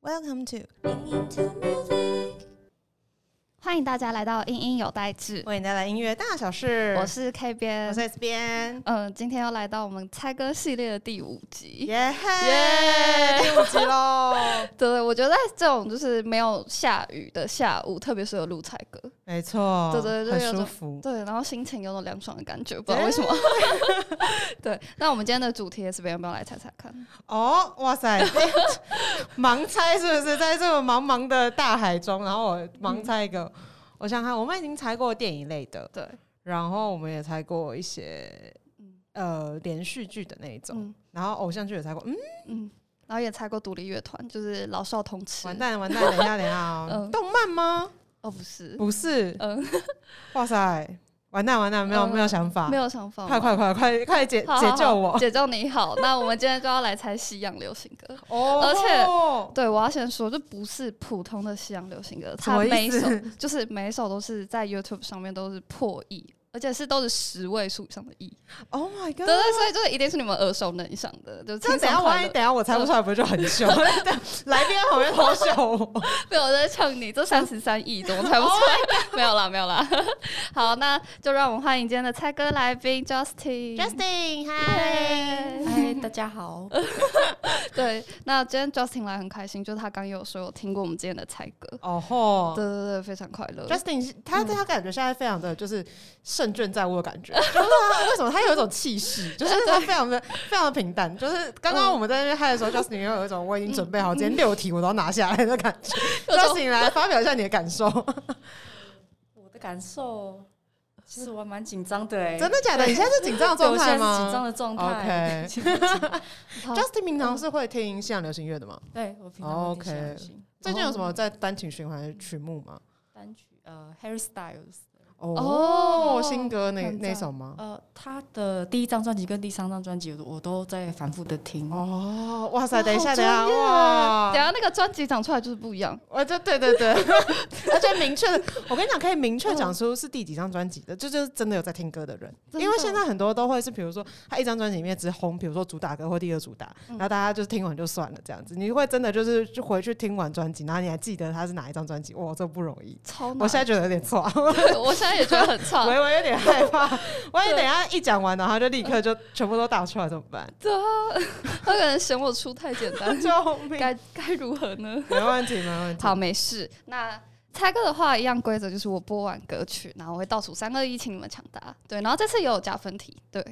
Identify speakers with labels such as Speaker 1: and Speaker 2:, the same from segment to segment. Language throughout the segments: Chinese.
Speaker 1: Welcome to，
Speaker 2: 欢迎大家来到英英有代志，
Speaker 1: 为你带来音乐大小事。
Speaker 2: 我是 K
Speaker 1: 我
Speaker 2: 边
Speaker 1: 是，S 边，
Speaker 2: 嗯、今天要来到我们猜歌系列的第五集。
Speaker 1: 耶
Speaker 2: 耶
Speaker 1: 嘿，第五集 喽。
Speaker 2: 对，我觉得在这种就是没有下雨的下午，特别适合录猜歌。
Speaker 1: 没错，
Speaker 2: 对对对
Speaker 1: 很
Speaker 2: 有
Speaker 1: 舒
Speaker 2: 种
Speaker 1: 服。
Speaker 2: 对，然后心情有种凉爽的感觉，不知道为什么。 对，那我们今天的主题是边要不要来猜猜看？
Speaker 1: 哦，哇塞， 盲猜是不是在这个茫茫的大海中？然后我盲猜一个，
Speaker 2: 嗯
Speaker 1: 我想想看，我们已经猜过电影类的，
Speaker 2: 对，
Speaker 1: 然后我们也猜过一些
Speaker 2: 嗯
Speaker 1: 呃连续剧的那一种，
Speaker 2: 嗯
Speaker 1: 然后偶像剧也猜过。嗯，
Speaker 2: 嗯，然后也猜过独立乐团，就是老少通吃。
Speaker 1: 完蛋了完蛋了，等一下等一下哦，
Speaker 2: 嗯
Speaker 1: 动漫吗？
Speaker 2: 哦，不是，
Speaker 1: 不是，
Speaker 2: 嗯，
Speaker 1: 哇塞，完蛋完蛋，没有、
Speaker 2: 嗯
Speaker 1: 没有想法，
Speaker 2: 没有想法吗。
Speaker 1: 快快快快快解
Speaker 2: 好好
Speaker 1: 解
Speaker 2: 好
Speaker 1: 救我！
Speaker 2: 解救你好，那我们今天就要来猜西洋流行歌。而
Speaker 1: 哦，
Speaker 2: 对，我要先说，这不是普通的西洋流行歌，
Speaker 1: 什
Speaker 2: 它
Speaker 1: 么
Speaker 2: 每
Speaker 1: 意
Speaker 2: 一
Speaker 1: 思
Speaker 2: 首 就是每一首都是在 YouTube 上面都是破亿，而且是都是十位数以上的亿。
Speaker 1: 且，Oh my
Speaker 2: 对
Speaker 1: god！
Speaker 2: 对，所以就是一定是你们耳熟能详的，就是
Speaker 1: 这样
Speaker 2: 轻
Speaker 1: 等一下
Speaker 2: 松
Speaker 1: 万一
Speaker 2: 快乐。呃
Speaker 1: 等一下我猜不出来，不就很凶？ 来宾在旁边偷笑 我。
Speaker 2: 被我在呛你，这三十三亿怎么猜不
Speaker 1: 哦
Speaker 2: 出来？ 没有啦，没有啦。好，那就让我们欢迎今天的猜歌来宾 Justin。
Speaker 1: Justin，
Speaker 2: 嗨
Speaker 3: 嗨，大家好。
Speaker 2: 对，那今天 Justin 来很开心，就是他刚有说有听过我们今天的猜歌，
Speaker 1: 哦吼
Speaker 2: 对嗯对对，非常快乐。
Speaker 1: ，Justin，是他他感觉现在非常的就是胜券在握的感觉，就是他为什么他有一种气势，
Speaker 2: 呃
Speaker 1: 就是他非常的非常的平淡，就是刚
Speaker 2: 嗯
Speaker 1: 刚我们在那边嗨的时候，Justin 也有一种我已经准备好今天六题我都要拿下来的感觉。
Speaker 2: 有种
Speaker 1: Justin 来发表一下你的感受。
Speaker 3: 我的感受，其实我还蛮紧张的哎、
Speaker 1: 真的假的？你现在是紧张的
Speaker 3: 对
Speaker 1: 状
Speaker 3: 我现
Speaker 1: 态
Speaker 3: 在是紧张
Speaker 1: 吗
Speaker 3: 的状态。
Speaker 2: 好
Speaker 1: ？Justin 平常是会听西洋流行乐的吗？
Speaker 3: 对我平常会听
Speaker 1: OK
Speaker 3: 小心
Speaker 1: 最近有什么在单曲循环的曲目吗？
Speaker 3: 单曲，呃，Harry Styles，
Speaker 1: 哦，
Speaker 2: 哦
Speaker 1: 新歌那
Speaker 2: 很赞
Speaker 1: 那首吗？
Speaker 3: 呃，他的第一张专辑跟第三张专辑我都在反复的听。
Speaker 1: 哦，哇塞！
Speaker 2: 哇
Speaker 1: 等一下，
Speaker 2: 好
Speaker 1: 等一下，
Speaker 2: 专业啊等一
Speaker 1: 哇！
Speaker 2: 下那个专辑长出来就是不一样。
Speaker 1: 我就哦对对对， 而且明确的，我跟你讲，可以明确讲出是第几张专辑的，这就是真的有在听歌的人。
Speaker 2: 真的
Speaker 1: 因为现在很多都会是，比如说他一张专辑里面只红，比如说主打歌或第二主打，然后大家就是听完就算了这样子。你会真的就是就回去听完专辑，然后你还记得它是哪一张专辑？哇，这不容易。
Speaker 2: 超难。
Speaker 1: 我现在觉得有点错。
Speaker 2: 在 我现在也觉得很差，
Speaker 1: 微微有点害怕，万一等一下一讲完，然后就立刻就全部都打出来怎么办？
Speaker 2: 他可能嫌我出太简单，
Speaker 1: 救命！
Speaker 2: 该该如何呢？
Speaker 1: 没问题，没问题。
Speaker 2: 好，没事。那猜歌的话，一样规则就是我播完歌曲，然后我会倒数三二一，请你们抢答。对，然后这次也有加分题，对，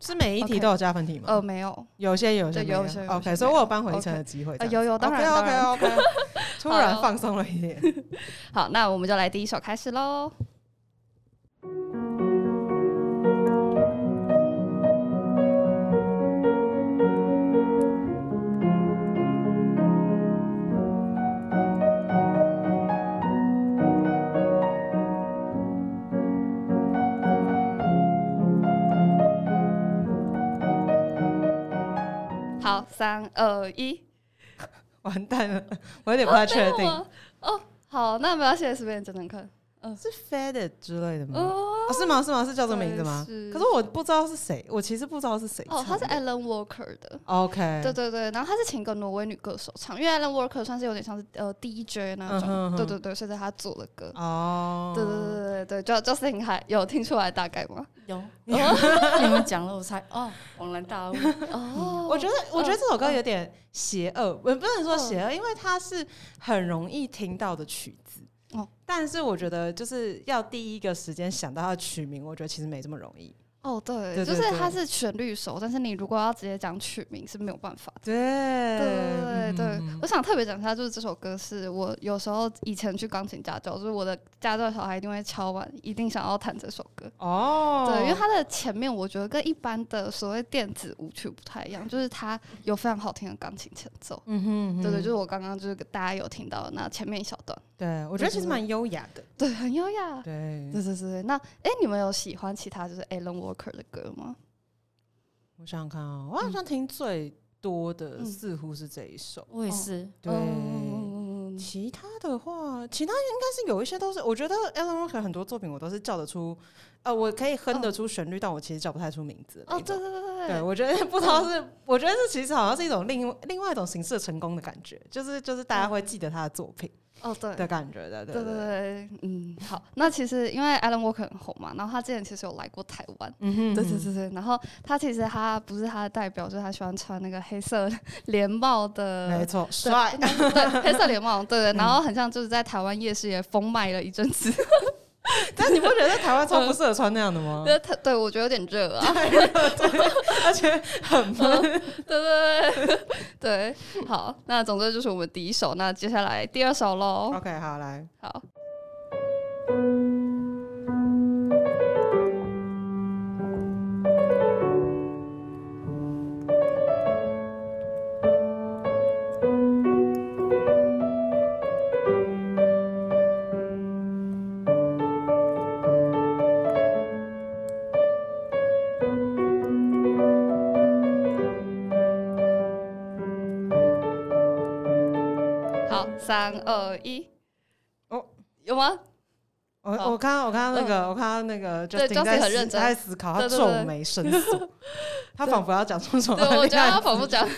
Speaker 1: 是每一题
Speaker 2: OK
Speaker 1: 都有加分题吗？
Speaker 2: 呃，没有，
Speaker 1: 有些有些
Speaker 2: 对
Speaker 1: 没有
Speaker 2: 有些有些
Speaker 1: OK，
Speaker 2: 没有
Speaker 1: 所以我有扳回一城的机会。
Speaker 2: 呃，有有，当然当
Speaker 1: OK
Speaker 2: 然。
Speaker 1: OK OK，突然放松了一点。
Speaker 2: 好，那我们就来第一首开始喽。好，三二一。
Speaker 1: 完蛋了，我有点不太确定，
Speaker 2: 哦哦，好，那我们要写随便讲讲看。
Speaker 1: 是 Faded 之类的吗？
Speaker 2: 哦
Speaker 1: 哦，是吗？是吗？是叫这名字吗？
Speaker 2: 对是
Speaker 1: 可是我不知道是谁，我其实不知道是谁唱的。
Speaker 2: 哦，他是 Alan Walker 的。
Speaker 1: OK，
Speaker 2: 对对对，然后他是请一个挪威女歌手唱，因为 Alan Walker 算是有点像是呃 DJ 那
Speaker 1: 嗯
Speaker 2: 种，
Speaker 1: 哼嗯哼
Speaker 2: 对对对，所以是他做的歌。
Speaker 1: 哦，
Speaker 2: 对对对对对，就 Justin 还有听出来大概 吗？
Speaker 3: 有，你们讲了我才哦，恍然大悟。
Speaker 2: 哦
Speaker 1: 嗯我觉
Speaker 2: 得
Speaker 1: 得，我觉得这首
Speaker 2: 嗯
Speaker 1: 歌有点邪恶，我不能说邪恶，因为它是很容易听到的曲子。
Speaker 2: 哦
Speaker 1: 但是我觉得就是要第一个时间想到它的曲名，我觉得其实没这么容易。
Speaker 2: 哦对，
Speaker 1: 对对
Speaker 2: 就是
Speaker 1: 对
Speaker 2: 他是旋律熟，但是你如果要直接讲曲名是没有办法的。
Speaker 1: 对嗯
Speaker 2: 对对
Speaker 1: 对
Speaker 2: 对，我想特别讲一下，就是这首歌是我有时候以前去钢琴家教，就是我的家教小孩一定会敲完，一定想要弹这首歌。
Speaker 1: 哦，
Speaker 2: 对，因为它的前面我觉得跟一般的所谓电子舞曲不太一样，就是它有非常好听的钢琴前奏。
Speaker 1: 嗯哼嗯哼
Speaker 2: 对对，就是我刚刚就是大家有听到的那前面一小段，
Speaker 1: 对，我觉得其实蛮优雅的。
Speaker 2: 对，很优雅。
Speaker 1: 对，
Speaker 2: 对对对对，那哎、诶你们有喜欢其他就是 Alan Walker 的歌吗？
Speaker 1: 我想想看啊，
Speaker 2: 嗯
Speaker 1: 我好像听最多的似乎是这一
Speaker 2: 哦
Speaker 1: 首。
Speaker 3: 我也是，
Speaker 1: 对，
Speaker 2: 嗯
Speaker 1: 其他的话，其他应该是有一些都是，我觉得 Alan Walker 很多作品我都是叫得出呃，我可以哼得出旋律，但我其实叫不太出名字的那
Speaker 2: 哦，
Speaker 1: 种。
Speaker 2: 对对对对
Speaker 1: 对，我觉得 不知道
Speaker 2: 哦
Speaker 1: 是，我觉得是其实好像是一种另另外一种形式的成功的感觉，就是就是大家会记得他的作品
Speaker 2: 哦对
Speaker 1: 的感觉的，对
Speaker 2: 对对对，嗯，好，那其实因为 Alan Walker 很红嘛，然后他之前其实有来过台湾，
Speaker 1: 嗯哼，
Speaker 2: 对对对对，然后他其实他不是他的代表，就是他喜欢穿那个黑色连帽的，
Speaker 1: 没错，帅，
Speaker 2: 对，黑色连帽，对
Speaker 1: 嗯
Speaker 2: 对，然后很像就是在台湾夜市也疯卖了一阵子，
Speaker 1: 但你不觉得台湾超不适合穿那样的吗
Speaker 2: 因？为他 对我觉得有点热啊，
Speaker 1: 而且很闷。
Speaker 2: 对对对 对，好，那总之就是我们第一首，那接下来第二首喽，
Speaker 1: OK，好，来，
Speaker 2: 好，好，三二一，
Speaker 1: 哦，
Speaker 2: 有吗？
Speaker 1: 我
Speaker 2: 好嗯
Speaker 1: 我看到我看到那个，我看到那个
Speaker 2: 对
Speaker 1: Justin 在
Speaker 2: Justin 很
Speaker 1: 思
Speaker 2: 认真
Speaker 1: 他在思考，他
Speaker 2: 对对
Speaker 1: 皱
Speaker 2: 对
Speaker 1: 眉深锁，他仿佛要讲出什么
Speaker 2: 对，我
Speaker 1: 哦 厉
Speaker 2: 觉得
Speaker 1: 害
Speaker 2: 他
Speaker 1: 的
Speaker 2: 仿佛讲，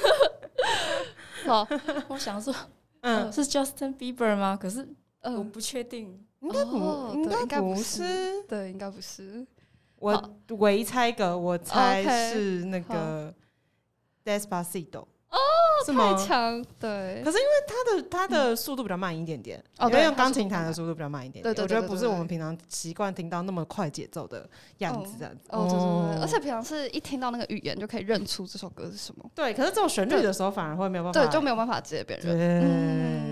Speaker 2: 好，
Speaker 3: 我想说，
Speaker 1: 嗯，
Speaker 3: 哦是 Justin Bieber 吗？可是我
Speaker 2: 嗯，
Speaker 3: 不确定。
Speaker 1: 应该不
Speaker 2: 哦，对
Speaker 1: 应
Speaker 2: 应
Speaker 1: 该
Speaker 2: 该
Speaker 1: 不
Speaker 2: 不
Speaker 1: 是，
Speaker 2: 对，应该不是，
Speaker 1: 我唯猜一个，我猜
Speaker 2: OK，
Speaker 1: 是那个 Despacito。哦，是
Speaker 2: 太
Speaker 1: 吗？
Speaker 2: 强，对
Speaker 1: 可，它的它的速度比较慢一点点，
Speaker 2: 哦
Speaker 1: 因为
Speaker 2: 对
Speaker 1: 用
Speaker 2: 它
Speaker 1: 钢
Speaker 2: 速度
Speaker 1: 琴弹
Speaker 2: 比
Speaker 1: 的
Speaker 2: 较
Speaker 1: 速度比较慢一点点。
Speaker 2: 对对
Speaker 1: 我觉
Speaker 2: 对
Speaker 1: 得
Speaker 2: 对
Speaker 1: 不
Speaker 2: 对
Speaker 1: 是我
Speaker 2: 对
Speaker 1: 们平常习惯听到那么快节奏的样子，这啊样子。
Speaker 2: 哦，对对对，而且平常是一听到那个语言就可以认出这首歌是什么，
Speaker 1: 对，可是这种旋律的时候反而会没有办法，
Speaker 2: 对，就没有办法直接辨认。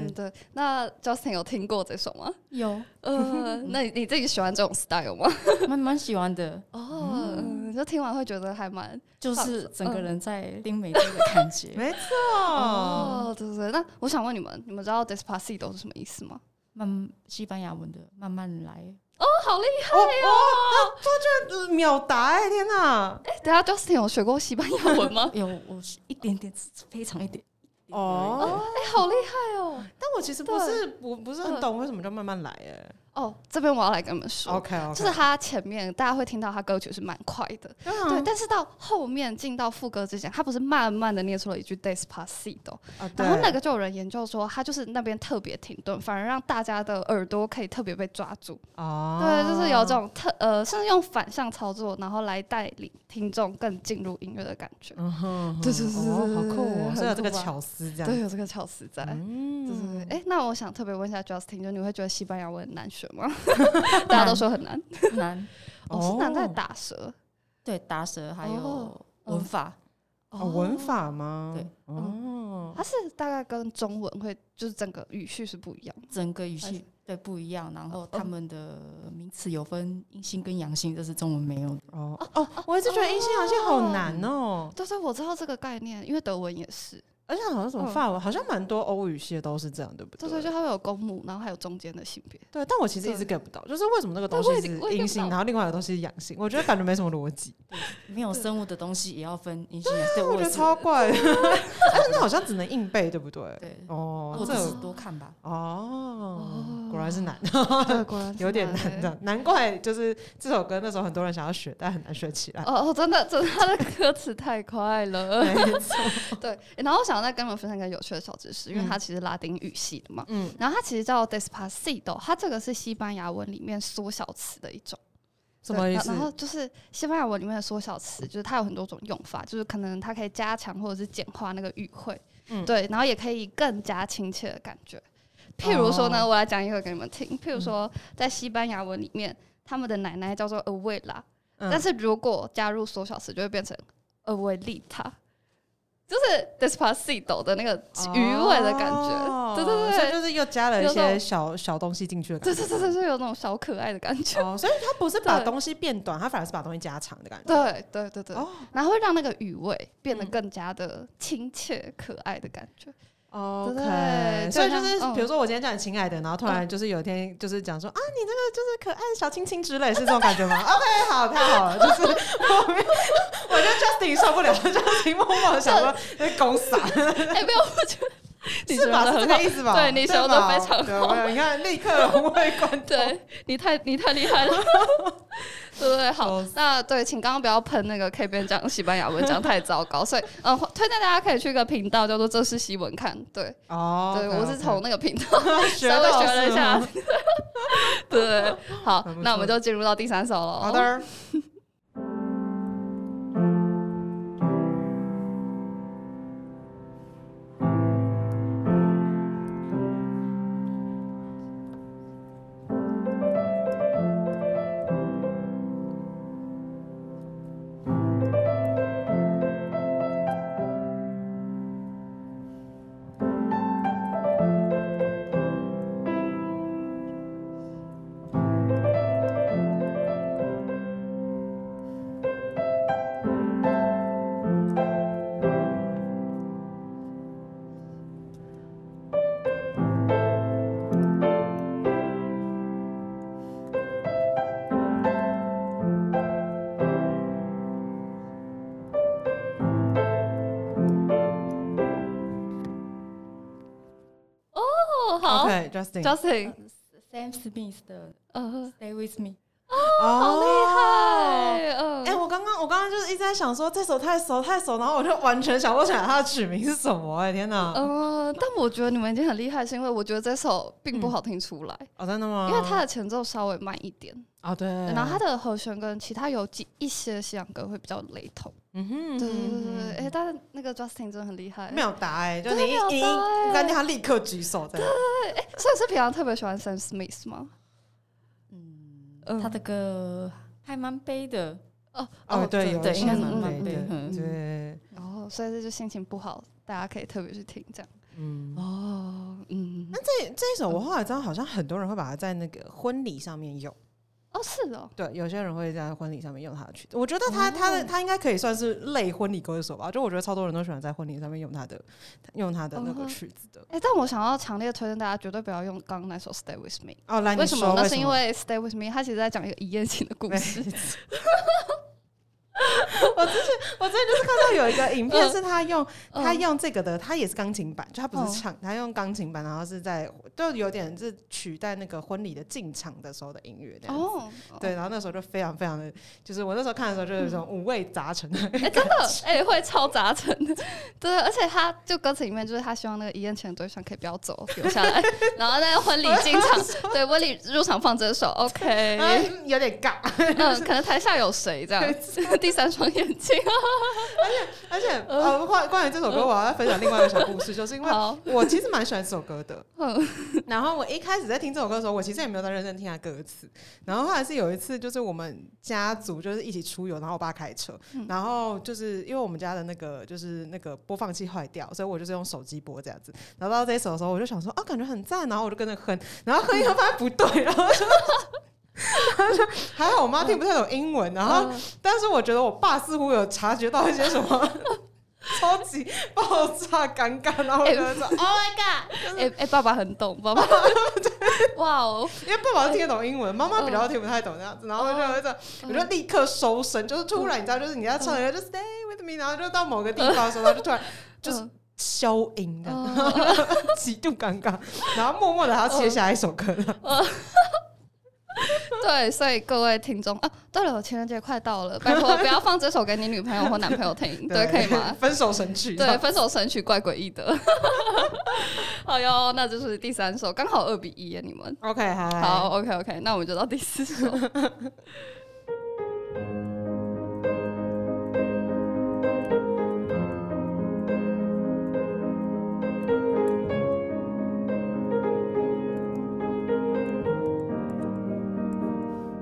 Speaker 2: 嗯，
Speaker 1: 对。
Speaker 2: 对。那 Justin 有听过这首吗？
Speaker 3: 有，
Speaker 2: 呃，那你你自己喜欢这种 style 吗？
Speaker 3: 蛮蛮喜欢的，
Speaker 2: 哦，嗯就听完会觉得还蛮
Speaker 3: 就是整个人在另美的感觉，
Speaker 1: 嗯没错，
Speaker 2: 哦，对对对。那我想问你们，你们知道 despacito 是什么意思吗？
Speaker 3: 慢西班牙文的慢慢来。？
Speaker 2: 哦，好厉害！
Speaker 1: 哦哦，他居然秒答哎！天哪！
Speaker 2: 哎，等一下 Justin 有学过西班牙文吗
Speaker 3: 有，我是一点点，非常一点。
Speaker 1: 哦，
Speaker 2: 哎，好厉害哦！
Speaker 1: 但我其实不是不不是很懂为什么叫慢慢来哎。
Speaker 2: 哦，这边我要来跟你们说。
Speaker 1: OK OK，
Speaker 2: 嗯就是他前面大家会听到他歌曲是蛮快的，
Speaker 1: 嗯
Speaker 2: 对，但是到后面进到副歌之前，他不是慢慢的念出了一句 despacito，
Speaker 1: 啊，
Speaker 2: 然后
Speaker 1: 对
Speaker 2: 那个就有人研究说，他就是那边特别停顿，反而让大家的耳朵可以特别被抓住。
Speaker 1: 哦，
Speaker 2: 对，就是有这种特呃，甚至用反向操作，然后来带领听众更进入音乐的感觉。
Speaker 1: 嗯哼，
Speaker 2: 对对对对
Speaker 1: 哦
Speaker 2: 对
Speaker 1: 好
Speaker 2: 对
Speaker 1: 酷哦，
Speaker 2: 很
Speaker 1: 所以有这个
Speaker 2: 酷吧
Speaker 1: 巧思这
Speaker 2: 对，
Speaker 1: 样。
Speaker 2: 有这个巧思在。对对对
Speaker 1: 嗯，
Speaker 2: 哎、那我想特别问一下 Justin，就你会觉得西班牙文很难学 吗？大家都说很难，
Speaker 3: 难，
Speaker 2: 哦，是难在打舌
Speaker 3: 对，打舌还
Speaker 2: 哦
Speaker 3: 有
Speaker 1: 嗯
Speaker 3: 文法，
Speaker 1: 哦，文法吗？
Speaker 3: 对，
Speaker 2: 嗯
Speaker 1: 哦，
Speaker 2: 它是大概跟中文会就是整个语序是不一样的。
Speaker 3: 整个语系对不一样，然
Speaker 1: 哦
Speaker 3: 后他们的名词有分阴性跟阳性，这是中文没有的。
Speaker 1: 哦哦，我一直觉得阴性阳性好难哦，
Speaker 2: 对对，我知道这个概念，因为德文也是，
Speaker 1: 而且好像什么法文，好像蛮多欧语系的都是这样，对不
Speaker 2: 对嗯对，
Speaker 1: 对
Speaker 2: 就它会有公母，然后还有中间的性别。
Speaker 1: 对，但我其实一直 get 不到，就是为什么那个东
Speaker 2: 对我
Speaker 1: 西
Speaker 2: 也
Speaker 1: 是
Speaker 2: 我也 get
Speaker 1: 阴
Speaker 2: 不
Speaker 1: 性，
Speaker 2: 到
Speaker 1: 然后另外一个东西是阳性，我觉得感觉没什么逻辑，
Speaker 3: 没有生物的东西也要分阴性阳性，对，
Speaker 1: 我
Speaker 3: 我
Speaker 1: 觉
Speaker 3: 也
Speaker 1: 得
Speaker 3: 是
Speaker 1: 超 怪的，但是那好像只能硬背，对不对？
Speaker 3: 对，
Speaker 1: 哦
Speaker 3: 或，
Speaker 1: 这
Speaker 3: 者是多看吧。
Speaker 1: 哦
Speaker 2: 哦，
Speaker 1: 果然是难，
Speaker 2: 对，果然是
Speaker 1: 有点
Speaker 2: 欸
Speaker 1: 难的，难怪就是这首歌那时候很多人想要学，但很难嗯学起 来。
Speaker 2: 哦哦，真的，真 的，他的歌词太快 了。
Speaker 1: 没错，
Speaker 2: 对，欸然后我想再跟你们分享一个有趣的小知识，因为
Speaker 1: 嗯
Speaker 2: 它其实拉丁语系的嘛。
Speaker 1: 嗯，
Speaker 2: 然后它其实叫 despacito，它这个是西班牙文里面缩小词的一种。
Speaker 1: 什么
Speaker 2: 对
Speaker 1: 意
Speaker 2: 然
Speaker 1: 思
Speaker 2: 然？后就是西班牙文里面的缩小词，就是它有很多种用法，就是可能它可以加强或者是简化那个语汇，
Speaker 1: 嗯
Speaker 2: 对，然后也可以更加亲切的感觉。譬如说呢，
Speaker 1: 哦嗯
Speaker 2: 我来讲一个给你们听。譬如说，在西班牙文里面，他们的奶奶叫做 abuela，、
Speaker 1: 嗯
Speaker 2: 但是如果加入缩小词，就会变成 abuelita，就是 despacito 的那个余味的感觉。
Speaker 1: 哦
Speaker 2: 对对对
Speaker 1: 所以就是又加了一
Speaker 2: 有
Speaker 1: 些
Speaker 2: 种
Speaker 1: 小小东西进去的感
Speaker 2: 对
Speaker 1: 觉。
Speaker 2: 对对对，就有那种小可爱的感觉。
Speaker 1: 哦，所以它不是把
Speaker 2: 对
Speaker 1: 东西变短，它反而是把东西加长的感觉。
Speaker 2: 对对对对，
Speaker 1: 哦
Speaker 2: 然后会让那个语味变得
Speaker 1: 嗯
Speaker 2: 更加的亲切、可爱的感觉。
Speaker 1: 哦，OK，
Speaker 2: 对
Speaker 1: 所以
Speaker 2: 就
Speaker 1: 就是
Speaker 2: 像嗯
Speaker 1: 比如说我今天叫你亲爱的，然后突然就是有一天就是讲说啊，你那个就是可爱的小亲亲之类，是这种感觉吗？OK，好， 太好了，就是我没有， 我觉得 Justin 受不了，Justin 默默地想说在拱傻，
Speaker 2: 哎、没有，我觉得你
Speaker 1: 啊是吧？
Speaker 2: 说得
Speaker 1: 是这
Speaker 2: 很
Speaker 1: 个
Speaker 2: 好
Speaker 1: 意思吧？
Speaker 2: 对你说得
Speaker 1: 吧
Speaker 2: 非常
Speaker 1: 对我有你看，立刻红会关掉。
Speaker 2: 对你太你太厉害了，对对对好，那对，请刚刚不要喷那个 K 边讲西班牙文讲太糟糕，所以嗯，推荐大家可以去一个频道叫做“这是西文看”，对
Speaker 1: 哦，
Speaker 2: 对，我是
Speaker 1: OK，OK
Speaker 2: 从那个频道
Speaker 1: 学
Speaker 2: 稍微
Speaker 1: 到
Speaker 2: 学了一
Speaker 1: 是
Speaker 2: 下
Speaker 1: 吗，
Speaker 2: 对，好
Speaker 1: 很不，
Speaker 2: 那我
Speaker 1: 错
Speaker 2: 们就进入到第三首了。
Speaker 1: 好的，
Speaker 2: 哦，好
Speaker 1: OK，Justin，
Speaker 2: ，Justin，
Speaker 3: Sam Smith 的
Speaker 2: 呃，
Speaker 3: Stay with me，
Speaker 2: 好厉
Speaker 1: 哦。
Speaker 2: 害，嗯
Speaker 1: 哎、我刚刚我刚刚就是一直在想说这首太熟太熟，然后我就完全想不起来它的曲名是什么、哎，天哪！
Speaker 2: 呃，但我觉得你们已经很厉害，是因为我觉得这首并不
Speaker 1: 嗯
Speaker 2: 好听出来，
Speaker 1: 哦，真的吗？
Speaker 2: 因为它的前奏稍微慢一点。
Speaker 1: 哦对，
Speaker 2: 对然后它的和弦跟其他有几一些西洋歌会比较雷同。
Speaker 1: 嗯哼，
Speaker 2: 对对对对对，
Speaker 1: 嗯
Speaker 2: 哎，但是那个 Justin 真的很厉害，
Speaker 1: 没有答哎、就你
Speaker 2: 对
Speaker 1: 一
Speaker 2: 秒答
Speaker 1: 你
Speaker 2: 哎
Speaker 1: 一看见他立刻举手这样。
Speaker 2: 哎，所以是平常特别喜欢 Sam Smith 吗？
Speaker 3: 嗯
Speaker 2: 嗯，
Speaker 3: 他的歌还蛮悲的，
Speaker 2: 哦
Speaker 1: 哦，对，有
Speaker 3: 对
Speaker 1: 一
Speaker 3: 应该
Speaker 1: 些
Speaker 3: 蛮
Speaker 1: 蛮
Speaker 3: 蛮
Speaker 1: 对
Speaker 3: 悲
Speaker 1: 的
Speaker 3: 嗯
Speaker 1: 对，
Speaker 2: 哦，所以这就心情不好，大家可以特别去听这样。
Speaker 1: 嗯。
Speaker 2: 哦，嗯，
Speaker 1: 这这一首我后来知道，好像很多人会把它在那个婚礼上面用。
Speaker 2: 哦是哦，
Speaker 1: 对，有些人会在婚礼上面用它的曲子。我觉得他他的他应该可以算是类婚礼歌手吧。就我觉得超多人都喜欢在婚礼上面用他的用他的那个
Speaker 2: 嗯哼
Speaker 1: 曲子的。
Speaker 2: 哎，但我想要强烈推荐大家绝对不要用刚刚那首 Stay with me。
Speaker 1: 哦，来，
Speaker 2: 为
Speaker 1: 你
Speaker 2: 什
Speaker 1: 说
Speaker 2: 么？那
Speaker 1: 为
Speaker 2: 是因为 Stay with me，它其实在讲一个一夜情的 故
Speaker 1: 没
Speaker 2: 事。
Speaker 1: 我之前就是看到有一个影片，
Speaker 2: 嗯
Speaker 1: 是他用
Speaker 2: 嗯
Speaker 1: 他用这个的，他也是钢琴版，就他不
Speaker 2: 哦
Speaker 1: 是唱，他用钢琴版，然后是在就有点是取代那个婚礼的进场的时候的音乐这样子。
Speaker 2: 哦，
Speaker 1: 对，然后那时候就非常非常的，就是我那时候看的时候就有一种五味杂陈的感 觉。
Speaker 2: 哎、真的，哎、会超杂陈的， 对，而且他就歌词里面就是他希望那个一夜情的对象可以不要走，留下 来，然后那个婚礼进场，对，婚礼入场放这首
Speaker 1: 然后
Speaker 2: ，OK，
Speaker 1: 嗯有点尬，
Speaker 2: 嗯，可能台下有谁这样，第三双眼睛，
Speaker 1: 而且
Speaker 2: 嗯
Speaker 1: 呃，关关于这首歌，我要分享另外一个小故事，就是因为
Speaker 2: 好，
Speaker 1: 我其实蛮喜欢这首歌的
Speaker 2: 嗯。
Speaker 1: 然后我一开始在听这首歌的时候，我其实也没有在认真听它啊歌词。然后后来是有一次，就是我们家族就是一起出游，然后我爸开车，
Speaker 2: 嗯
Speaker 1: 然后就是因为我们家的那个就是那个播放器坏掉，所以我就是用手机播这样子。然后到这一首的时候，我就想说啊，感觉很 赞，然后我就跟着哼，然后哼一哼发现不对，然后就。还好我妈听不太懂英文，然后
Speaker 2: 嗯
Speaker 1: 但是我觉得我爸似乎有察觉到一些什么 超级爆炸尴尬，然后我就说，
Speaker 2: ，Oh my god，哎哎、爸爸很懂，爸爸， 哇哦，
Speaker 1: 因为爸爸听得懂英文，妈
Speaker 2: 嗯
Speaker 1: 妈比较听不太懂这样子，然后我就会这样，我就立刻收声，就是突
Speaker 2: 嗯
Speaker 1: 然你知道，就是你要唱，然后就 stay with me，然后就到某个地方的时候，然后就突然就是
Speaker 2: 嗯
Speaker 1: 消音这样，
Speaker 2: 嗯
Speaker 1: 极度尴尬，然后默默的还要切下一首歌了，
Speaker 2: 对，所以各位听众啊，对了，情人节快到了，拜托不要放这首给你女朋友或男朋 友听，嗯对，可以吗？？
Speaker 1: 分手神曲，
Speaker 2: 对，，分手神曲怪诡异的。 好哟，那就是第三首，刚好二比一耶，你们。
Speaker 1: OK，好，
Speaker 2: 好，OK OK，那我们就到第四首。滴滴滴答答滴答，
Speaker 1: 哦
Speaker 2: 好，OK，Justin，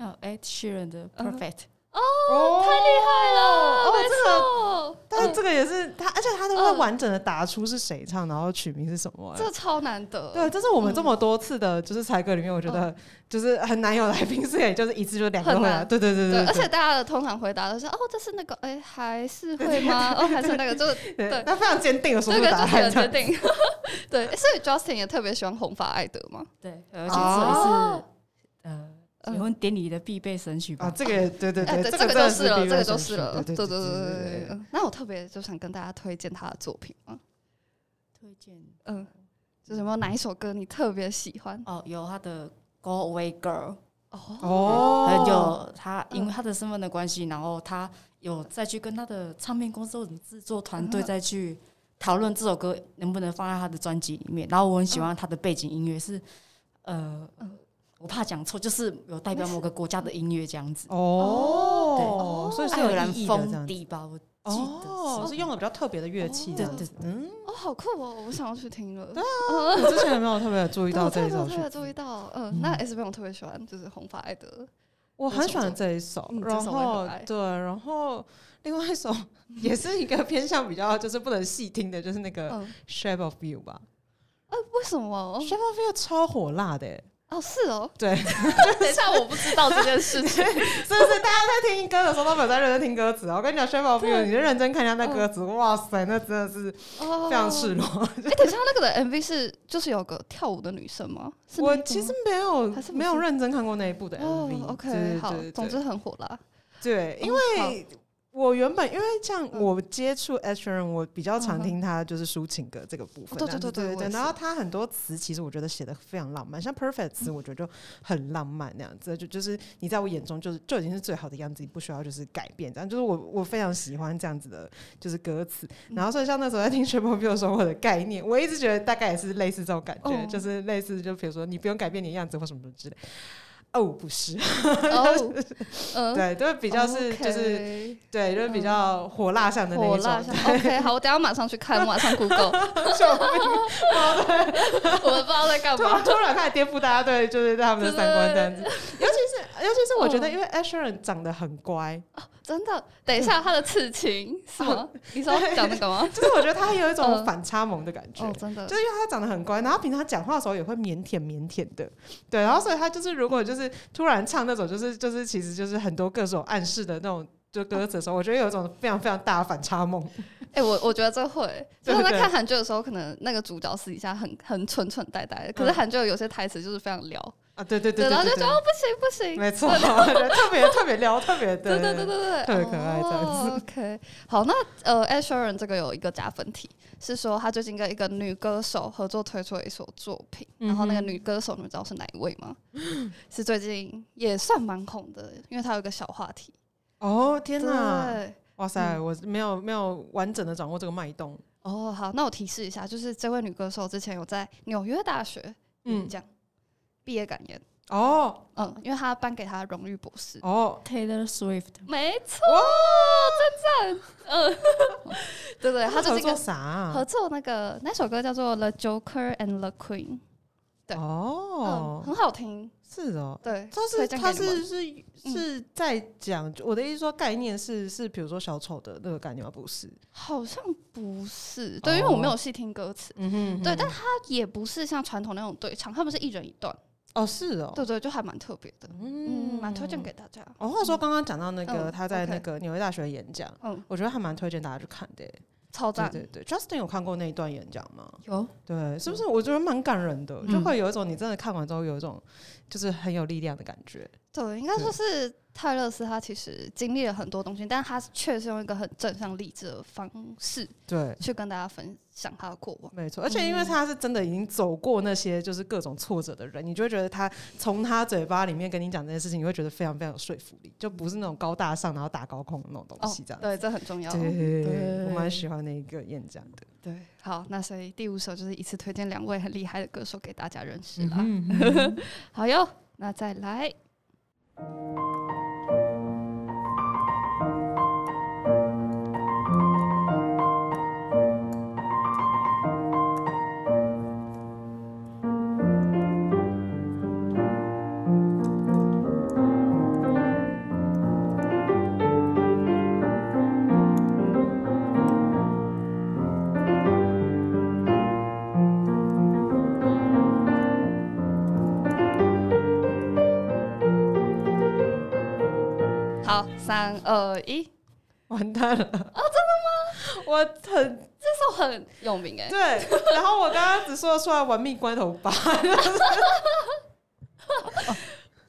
Speaker 3: 还有 Ed Sheeran 的
Speaker 1: 嗯
Speaker 2: 嗯
Speaker 3: Perfect，
Speaker 1: 哦，太厉
Speaker 2: 对了，
Speaker 1: 哦，
Speaker 2: 没
Speaker 1: 这个
Speaker 2: 错，
Speaker 1: 但这个也是他，而且他都会
Speaker 2: 嗯
Speaker 1: 完整的打出是谁唱，然后曲名是什么、哎
Speaker 2: 这嗯超难得。
Speaker 1: 对，这是我们这么多次的，就是才歌里面，我觉得就是很难有来宾是可以就是一次就两个
Speaker 2: 嗯很
Speaker 1: 回
Speaker 2: 难
Speaker 1: 答，对对对
Speaker 2: 对，而
Speaker 1: 对
Speaker 2: 且大家的通常回答都是哦，这是那个，哎，还是会吗？哦，还是那个， 就是
Speaker 1: 对
Speaker 2: 对
Speaker 1: 他非常坚定的说
Speaker 2: 这
Speaker 1: 出
Speaker 2: 个
Speaker 1: 答
Speaker 2: 就是
Speaker 1: 案，这
Speaker 2: 很决
Speaker 1: 样
Speaker 2: 定。 对，所以 Justin 也特别喜欢红发艾德嘛。
Speaker 3: 对，而且
Speaker 1: 哦
Speaker 3: 这也是呃结婚典礼的必备神曲
Speaker 1: 啊，
Speaker 3: 吧。
Speaker 1: 这个也对对
Speaker 2: 哎，
Speaker 1: 对，
Speaker 2: 对，
Speaker 1: 这
Speaker 2: 这个
Speaker 1: 真的
Speaker 2: 就是了，
Speaker 1: 比
Speaker 2: 这
Speaker 1: 较
Speaker 2: 个
Speaker 1: 神
Speaker 2: 就是
Speaker 1: 奇
Speaker 2: 了，
Speaker 1: 对
Speaker 2: 对
Speaker 1: 对
Speaker 2: 对
Speaker 1: 对
Speaker 2: 对
Speaker 1: 对。
Speaker 2: 嗯那我特别就想跟大家推荐他的作品嘛，
Speaker 3: 推荐
Speaker 2: 嗯，就是有没有哪一首歌你特别喜欢？
Speaker 3: 哦，有他的《Go Away Girl》，
Speaker 2: 哦，
Speaker 1: 哦，
Speaker 3: 很有他，因
Speaker 2: 嗯
Speaker 3: 为他的身份的关系，然后他有再去跟他的唱片公司或者制作团队再去讨论这首歌能不能放在他的专辑里面。然后我很喜欢他的背景音乐是，呃，我怕讲错，就是有代表某个国家的音乐这样子，
Speaker 1: 哦，
Speaker 3: 对
Speaker 1: 所以是
Speaker 3: 爱尔
Speaker 1: 有
Speaker 3: 兰
Speaker 1: 意义的这
Speaker 3: 风
Speaker 1: 样子。
Speaker 3: 笛吧，我记
Speaker 1: 哦，是
Speaker 3: 得是。
Speaker 1: 用的比哦较特别的乐器这
Speaker 3: 对
Speaker 1: 样
Speaker 3: 对
Speaker 1: 子，嗯，
Speaker 2: 哦，好酷哦，我想要去听了。
Speaker 1: 我之前有没有特别注意
Speaker 2: 啊对，
Speaker 1: 到
Speaker 2: 我
Speaker 1: 这
Speaker 2: 特
Speaker 1: 一
Speaker 2: 别
Speaker 1: 首
Speaker 2: 特
Speaker 1: 曲
Speaker 2: 别
Speaker 1: 子
Speaker 2: 注意到，嗯，那 S B 我特别喜欢，就是红发艾德，
Speaker 1: 我很喜欢这一首，
Speaker 2: 嗯这
Speaker 1: 然
Speaker 2: 首我也
Speaker 1: 后
Speaker 2: 很爱
Speaker 1: 对，然后另外一首也是一个偏向比较就是不能细听的，就是那个《
Speaker 2: 嗯，
Speaker 1: Shape of You》吧，
Speaker 2: 呃，为什么
Speaker 1: 《Shape of You》超火辣的欸，
Speaker 2: 哦，是哦，
Speaker 1: 对，
Speaker 2: 等一下，我不知道这件事情。
Speaker 1: 是不是？大家在听歌的时候都没有在认真听歌词啊？我跟你讲，《Shape of You》，你就认真看一下那歌词，哇塞，那真的是
Speaker 2: 哦
Speaker 1: 非常赤 裸。
Speaker 2: 哎、等一下，那个的 MV 是就是有个跳舞的女生吗？是那
Speaker 1: 我
Speaker 2: 一部
Speaker 1: 其实
Speaker 2: 吗
Speaker 1: 没有
Speaker 2: 还是不
Speaker 1: 没有
Speaker 2: 是
Speaker 1: 认真看过那一部的
Speaker 2: 哦
Speaker 1: MV。
Speaker 2: ，OK，
Speaker 1: 对对
Speaker 2: 好
Speaker 1: 对对，
Speaker 2: 总之很火辣。
Speaker 1: 对，因
Speaker 2: 嗯好
Speaker 1: 为我原本因为像
Speaker 2: 嗯
Speaker 1: 我接触 a s h e r o n 我比较常
Speaker 2: 嗯哼
Speaker 1: 听他就是抒情歌这个部分。
Speaker 2: 哦对
Speaker 1: 这样子
Speaker 2: 对对
Speaker 1: 对
Speaker 2: 对我也是
Speaker 1: 然后他很多词其实我觉得写的非常浪漫，像 Perfect 词我觉得就很浪漫那样子，就就是你在我眼中就是就已经是最好的样子，你不需要就是改变这样。就是我我非常喜欢这样子的，就是歌词。
Speaker 2: 嗯
Speaker 1: 然后所以像那时候在听 Triple B 的时候，我的概念我一直觉得大概也是类似这种感觉，
Speaker 2: 哦
Speaker 1: 就是类似就比如说你不用改变你的样子或什么之类。哦，不是，
Speaker 2: 哦，嗯，
Speaker 1: 对，都比
Speaker 2: 比
Speaker 1: 较是就是。对，就是比较火辣向的那
Speaker 2: 嗯火
Speaker 1: 一
Speaker 2: 辣
Speaker 1: 种
Speaker 2: 像。OK，好，我等一下马上去看，马上 Google。我
Speaker 1: 啊
Speaker 2: 们不知道在 干
Speaker 1: 突
Speaker 2: 嘛
Speaker 1: 然。突然开始颠覆大家对就是对他们的三观这样子，尤其是尤其是我觉得，
Speaker 2: 嗯
Speaker 1: 因为 a s h e r o n 长得很乖，
Speaker 2: 真的，等一下，他的刺青是吗？你说讲那 个吗？
Speaker 1: 就是我觉得他有一种
Speaker 2: 嗯
Speaker 1: 反差萌的感觉
Speaker 2: 哦，。真的
Speaker 1: 就，是因为他长得很乖，然后平常讲话的时候也会腼腆腼腆的，对，然后所以他就是如果就是突然唱那种就是就是其实就是很多各种暗示的那种就歌词的时候，我觉得有一种非常非常大的反差萌。
Speaker 2: 哎、我我觉得这 会，
Speaker 1: 对
Speaker 2: 就是在
Speaker 1: 对
Speaker 2: 看韩剧的时候，可能那个主角私底下很很蠢蠢呆呆的，可是
Speaker 1: 嗯
Speaker 2: 韩剧有些台词就是非常撩，
Speaker 1: 啊，对对
Speaker 2: 对，
Speaker 1: 对对
Speaker 2: 然后就
Speaker 1: 对
Speaker 2: 觉得
Speaker 1: 对，
Speaker 2: 哦不行不行，
Speaker 1: 没 错，特别特别撩，特别
Speaker 2: 对
Speaker 1: 对
Speaker 2: 对对对对，
Speaker 1: 特别可爱这样子
Speaker 2: 哦 OK，好，那呃 a s h e r o n 这个有一个加分题，是说他最近跟一个女歌手合作推出了一首作品，然后那个
Speaker 1: 嗯哼
Speaker 2: 女歌手你们知道是哪一位吗？是最近也算蛮红的，因为她有一个小话题。
Speaker 1: 哦天哪！
Speaker 2: 对，
Speaker 1: 哇塞，我没有没有完整的掌握这个脉动。
Speaker 2: 哦好，那我提示一下，就是这位女歌手之前有在纽约大学演
Speaker 1: 嗯，
Speaker 2: 讲毕业感言，
Speaker 1: 哦
Speaker 2: 嗯，因为她颁给她荣誉博士。
Speaker 1: 哦，
Speaker 3: Taylor Swift
Speaker 2: 没错，
Speaker 1: 哇
Speaker 2: 真赞，嗯， 对对，她
Speaker 1: 他
Speaker 2: 最
Speaker 1: 合
Speaker 2: 近跟
Speaker 1: 作啥啊？
Speaker 2: 合作那个那首歌叫做《The Joker and the Queen》，对嗯，
Speaker 1: 哦，
Speaker 2: 很好听，
Speaker 1: 是哦。
Speaker 2: 对，
Speaker 1: 他
Speaker 2: 推
Speaker 1: 是
Speaker 2: 荐
Speaker 1: 他
Speaker 2: 给你们
Speaker 1: 是是是在讲，我的意思说概念是是，比如说小丑的那个概念吗？不是，
Speaker 2: 好像不是，对，因为我没有细听歌词，
Speaker 1: 哦嗯哼
Speaker 2: 对，但他也不是像传统那种对唱，他们是一人一段，
Speaker 1: 哦是哦，
Speaker 2: 对对，就还蛮特别的，嗯，蛮推荐给大家。
Speaker 1: 哦，话说刚刚讲到那个
Speaker 2: 嗯
Speaker 1: 他在
Speaker 2: OK
Speaker 1: 那个纽约大学演讲，
Speaker 2: 嗯，
Speaker 1: 我觉得还蛮推荐大家去看的耶。
Speaker 2: 超
Speaker 1: 对
Speaker 2: 赞，
Speaker 1: 对对，Justin 有看过那一段演讲吗？
Speaker 3: 有
Speaker 1: 对，是不是？我觉得蛮感人的，就
Speaker 3: 嗯
Speaker 1: 会有一种你真的看完之后有一种就是很有力量的感觉。
Speaker 2: 对，应该说是泰勒斯他其实经历了很多东西，但他确实用一个很正向励志的方式
Speaker 1: 对，
Speaker 2: 去跟大家分享他的过往。
Speaker 1: 没错，而且因
Speaker 2: 嗯
Speaker 1: 为他是真的已经走过那些就是各种挫折的人，你就会觉得他从他嘴巴里面跟你讲这件事情，你会觉得非常非常有说服力，就不是那种高大上然后打高空的那种东
Speaker 2: 哦
Speaker 1: 西这，样。
Speaker 2: 对，这很重要。
Speaker 1: 对，
Speaker 3: 对
Speaker 1: 我蛮喜欢那一个演讲的。
Speaker 2: 对，好，那所以第五首就是一次推荐两位很厉害的歌手给大家认识啦。
Speaker 1: 嗯，
Speaker 2: 好哟，那再来。好，三二一，这
Speaker 1: 完蛋了啊！
Speaker 2: 哦
Speaker 1: 真的吗？ 我很
Speaker 2: 首很有名哎、
Speaker 1: 对，然后我刚刚只说得出来“玩命关头 八”，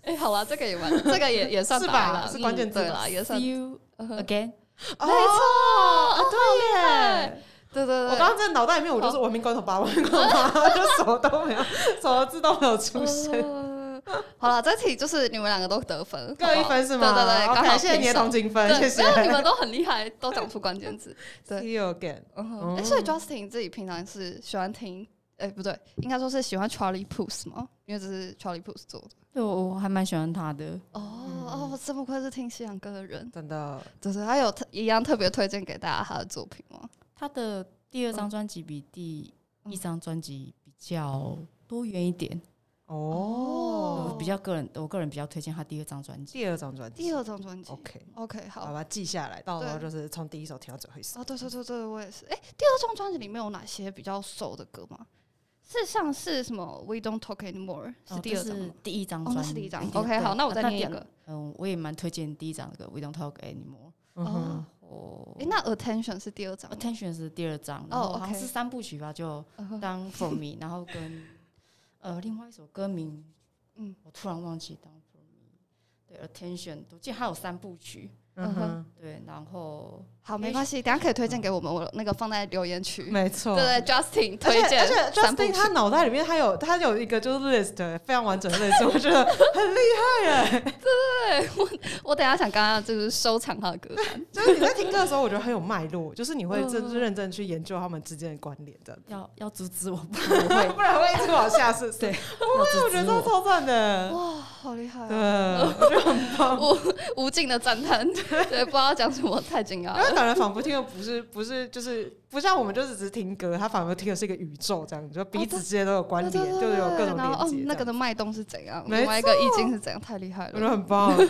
Speaker 2: 哎、好了，这个也完，这个也也 算
Speaker 1: 是吧
Speaker 2: 答了，
Speaker 1: 是关键字
Speaker 2: 嗯、对
Speaker 1: 吧
Speaker 2: 啦，也算
Speaker 3: See you 呃
Speaker 2: 嗯哼
Speaker 3: again，
Speaker 1: 没
Speaker 2: 错
Speaker 1: 啊
Speaker 2: 哦
Speaker 1: 对
Speaker 2: 害
Speaker 1: 耶！
Speaker 2: 对对对，
Speaker 1: 我刚刚在脑袋里面，我就是“玩命关头八”，“玩命关头八”， 就什么都没有，什么字都没有出现。
Speaker 2: 呃好了，这题就是你们两个都得 分，
Speaker 1: 各一分是吗？
Speaker 2: 好不好对对对，刚好
Speaker 1: OK，谢谢你的同情分，谢
Speaker 2: 对，
Speaker 1: 谢
Speaker 2: 没。有你们都很厉害，都讲出关 键字。对
Speaker 1: See you again。
Speaker 2: 嗯哼，哎，所以 Justin 自己平常是喜欢听，哎，不对，应该说是喜欢 Charlie Puth 吗？因为这是 Charlie Puth 做的。
Speaker 3: 对我我还蛮喜欢他的。
Speaker 2: 哦
Speaker 1: 嗯
Speaker 2: 哦，这么快是听西洋歌的人，
Speaker 1: 真的，
Speaker 2: 对对，他有特一样特别推荐给大家他的作品吗？
Speaker 3: 他的第二张专辑比第一张专辑比较多元一点，
Speaker 1: 哦
Speaker 2: 哦
Speaker 3: 我，比较个人，我个人比较推荐他第二张专辑。
Speaker 1: 第二张专辑，
Speaker 2: 第二张专辑
Speaker 1: OK，
Speaker 2: ，OK，
Speaker 1: 好
Speaker 2: 好。
Speaker 1: 吧，记下来，到时候
Speaker 2: 对
Speaker 1: 就是从第一首听到最后一首。
Speaker 2: 哦，对对对对，我也是。哎，第二张专辑里面有哪些比较熟的歌吗？是像是什么 We Don't Talk Anymore 是
Speaker 3: 哦
Speaker 2: 第二
Speaker 3: 这
Speaker 2: 张吗
Speaker 3: 是第一张
Speaker 2: 哦，
Speaker 3: 专
Speaker 2: 那
Speaker 3: 辑，
Speaker 2: 是第一张。
Speaker 3: 对
Speaker 2: OK，好，那我再念一。
Speaker 3: 对
Speaker 2: 个
Speaker 3: 啊。第嗯，我也蛮推荐第一张那个《We Don't Talk Anymore
Speaker 1: 嗯哼，
Speaker 3: 哦
Speaker 2: 诶，那 Attention 是第二张吗，
Speaker 3: Attention 是第二张，然
Speaker 2: 哦
Speaker 3: 后好像
Speaker 2: OK
Speaker 3: 是三部曲吧，就
Speaker 2: 嗯哼
Speaker 3: Down For Me，然后跟呃另外一首歌名，
Speaker 2: 嗯
Speaker 3: 嗯，我突然忘记 Down For Me，对 Attention，我记得它有三部曲，
Speaker 1: 嗯哼，
Speaker 3: 对，然后
Speaker 2: 好，没关系，等下可以推荐给我们，我那个放在留言区。
Speaker 1: 嗯没错。
Speaker 2: 对对，Justin
Speaker 1: 而且
Speaker 2: 推荐
Speaker 1: 而且
Speaker 2: 三部曲
Speaker 1: ，Justin 他脑袋里面他有他有一个就是 list 非常完整的 list，我 觉得很厉害耶。
Speaker 2: 我等下想刚刚就是收藏他的歌单。
Speaker 1: 就是你在听歌的时候，我觉得很有脉络，就是你会真认真去研究他们之间的关联，这样子，
Speaker 3: 要要阻止我，不然我会
Speaker 2: 嗯
Speaker 1: 不然会一直往下，是不是？
Speaker 3: 对
Speaker 1: 哇，我觉得这超赞的，
Speaker 2: 哇，好厉害、
Speaker 1: 对
Speaker 2: 啊！，
Speaker 1: 我觉得很棒。
Speaker 2: 无无尽的赞 叹，对，不知道讲什么，太惊讶
Speaker 1: 因为
Speaker 2: 了。
Speaker 1: 感觉仿佛听的不是不是就是不像我们就是只是听歌，他仿佛听的是一个宇宙这样，你说彼此之间都有关
Speaker 2: 对
Speaker 1: 联，
Speaker 2: 对对
Speaker 1: 就是有各种
Speaker 2: 然后
Speaker 1: 连
Speaker 2: 哦
Speaker 1: 接，
Speaker 2: 那
Speaker 1: 这
Speaker 2: 个
Speaker 1: 样。
Speaker 2: 的脉动是怎样？
Speaker 1: 没
Speaker 2: 另外一个意境是怎样？太厉害
Speaker 1: 我觉得
Speaker 2: 了！
Speaker 1: 很棒，啊
Speaker 2: 对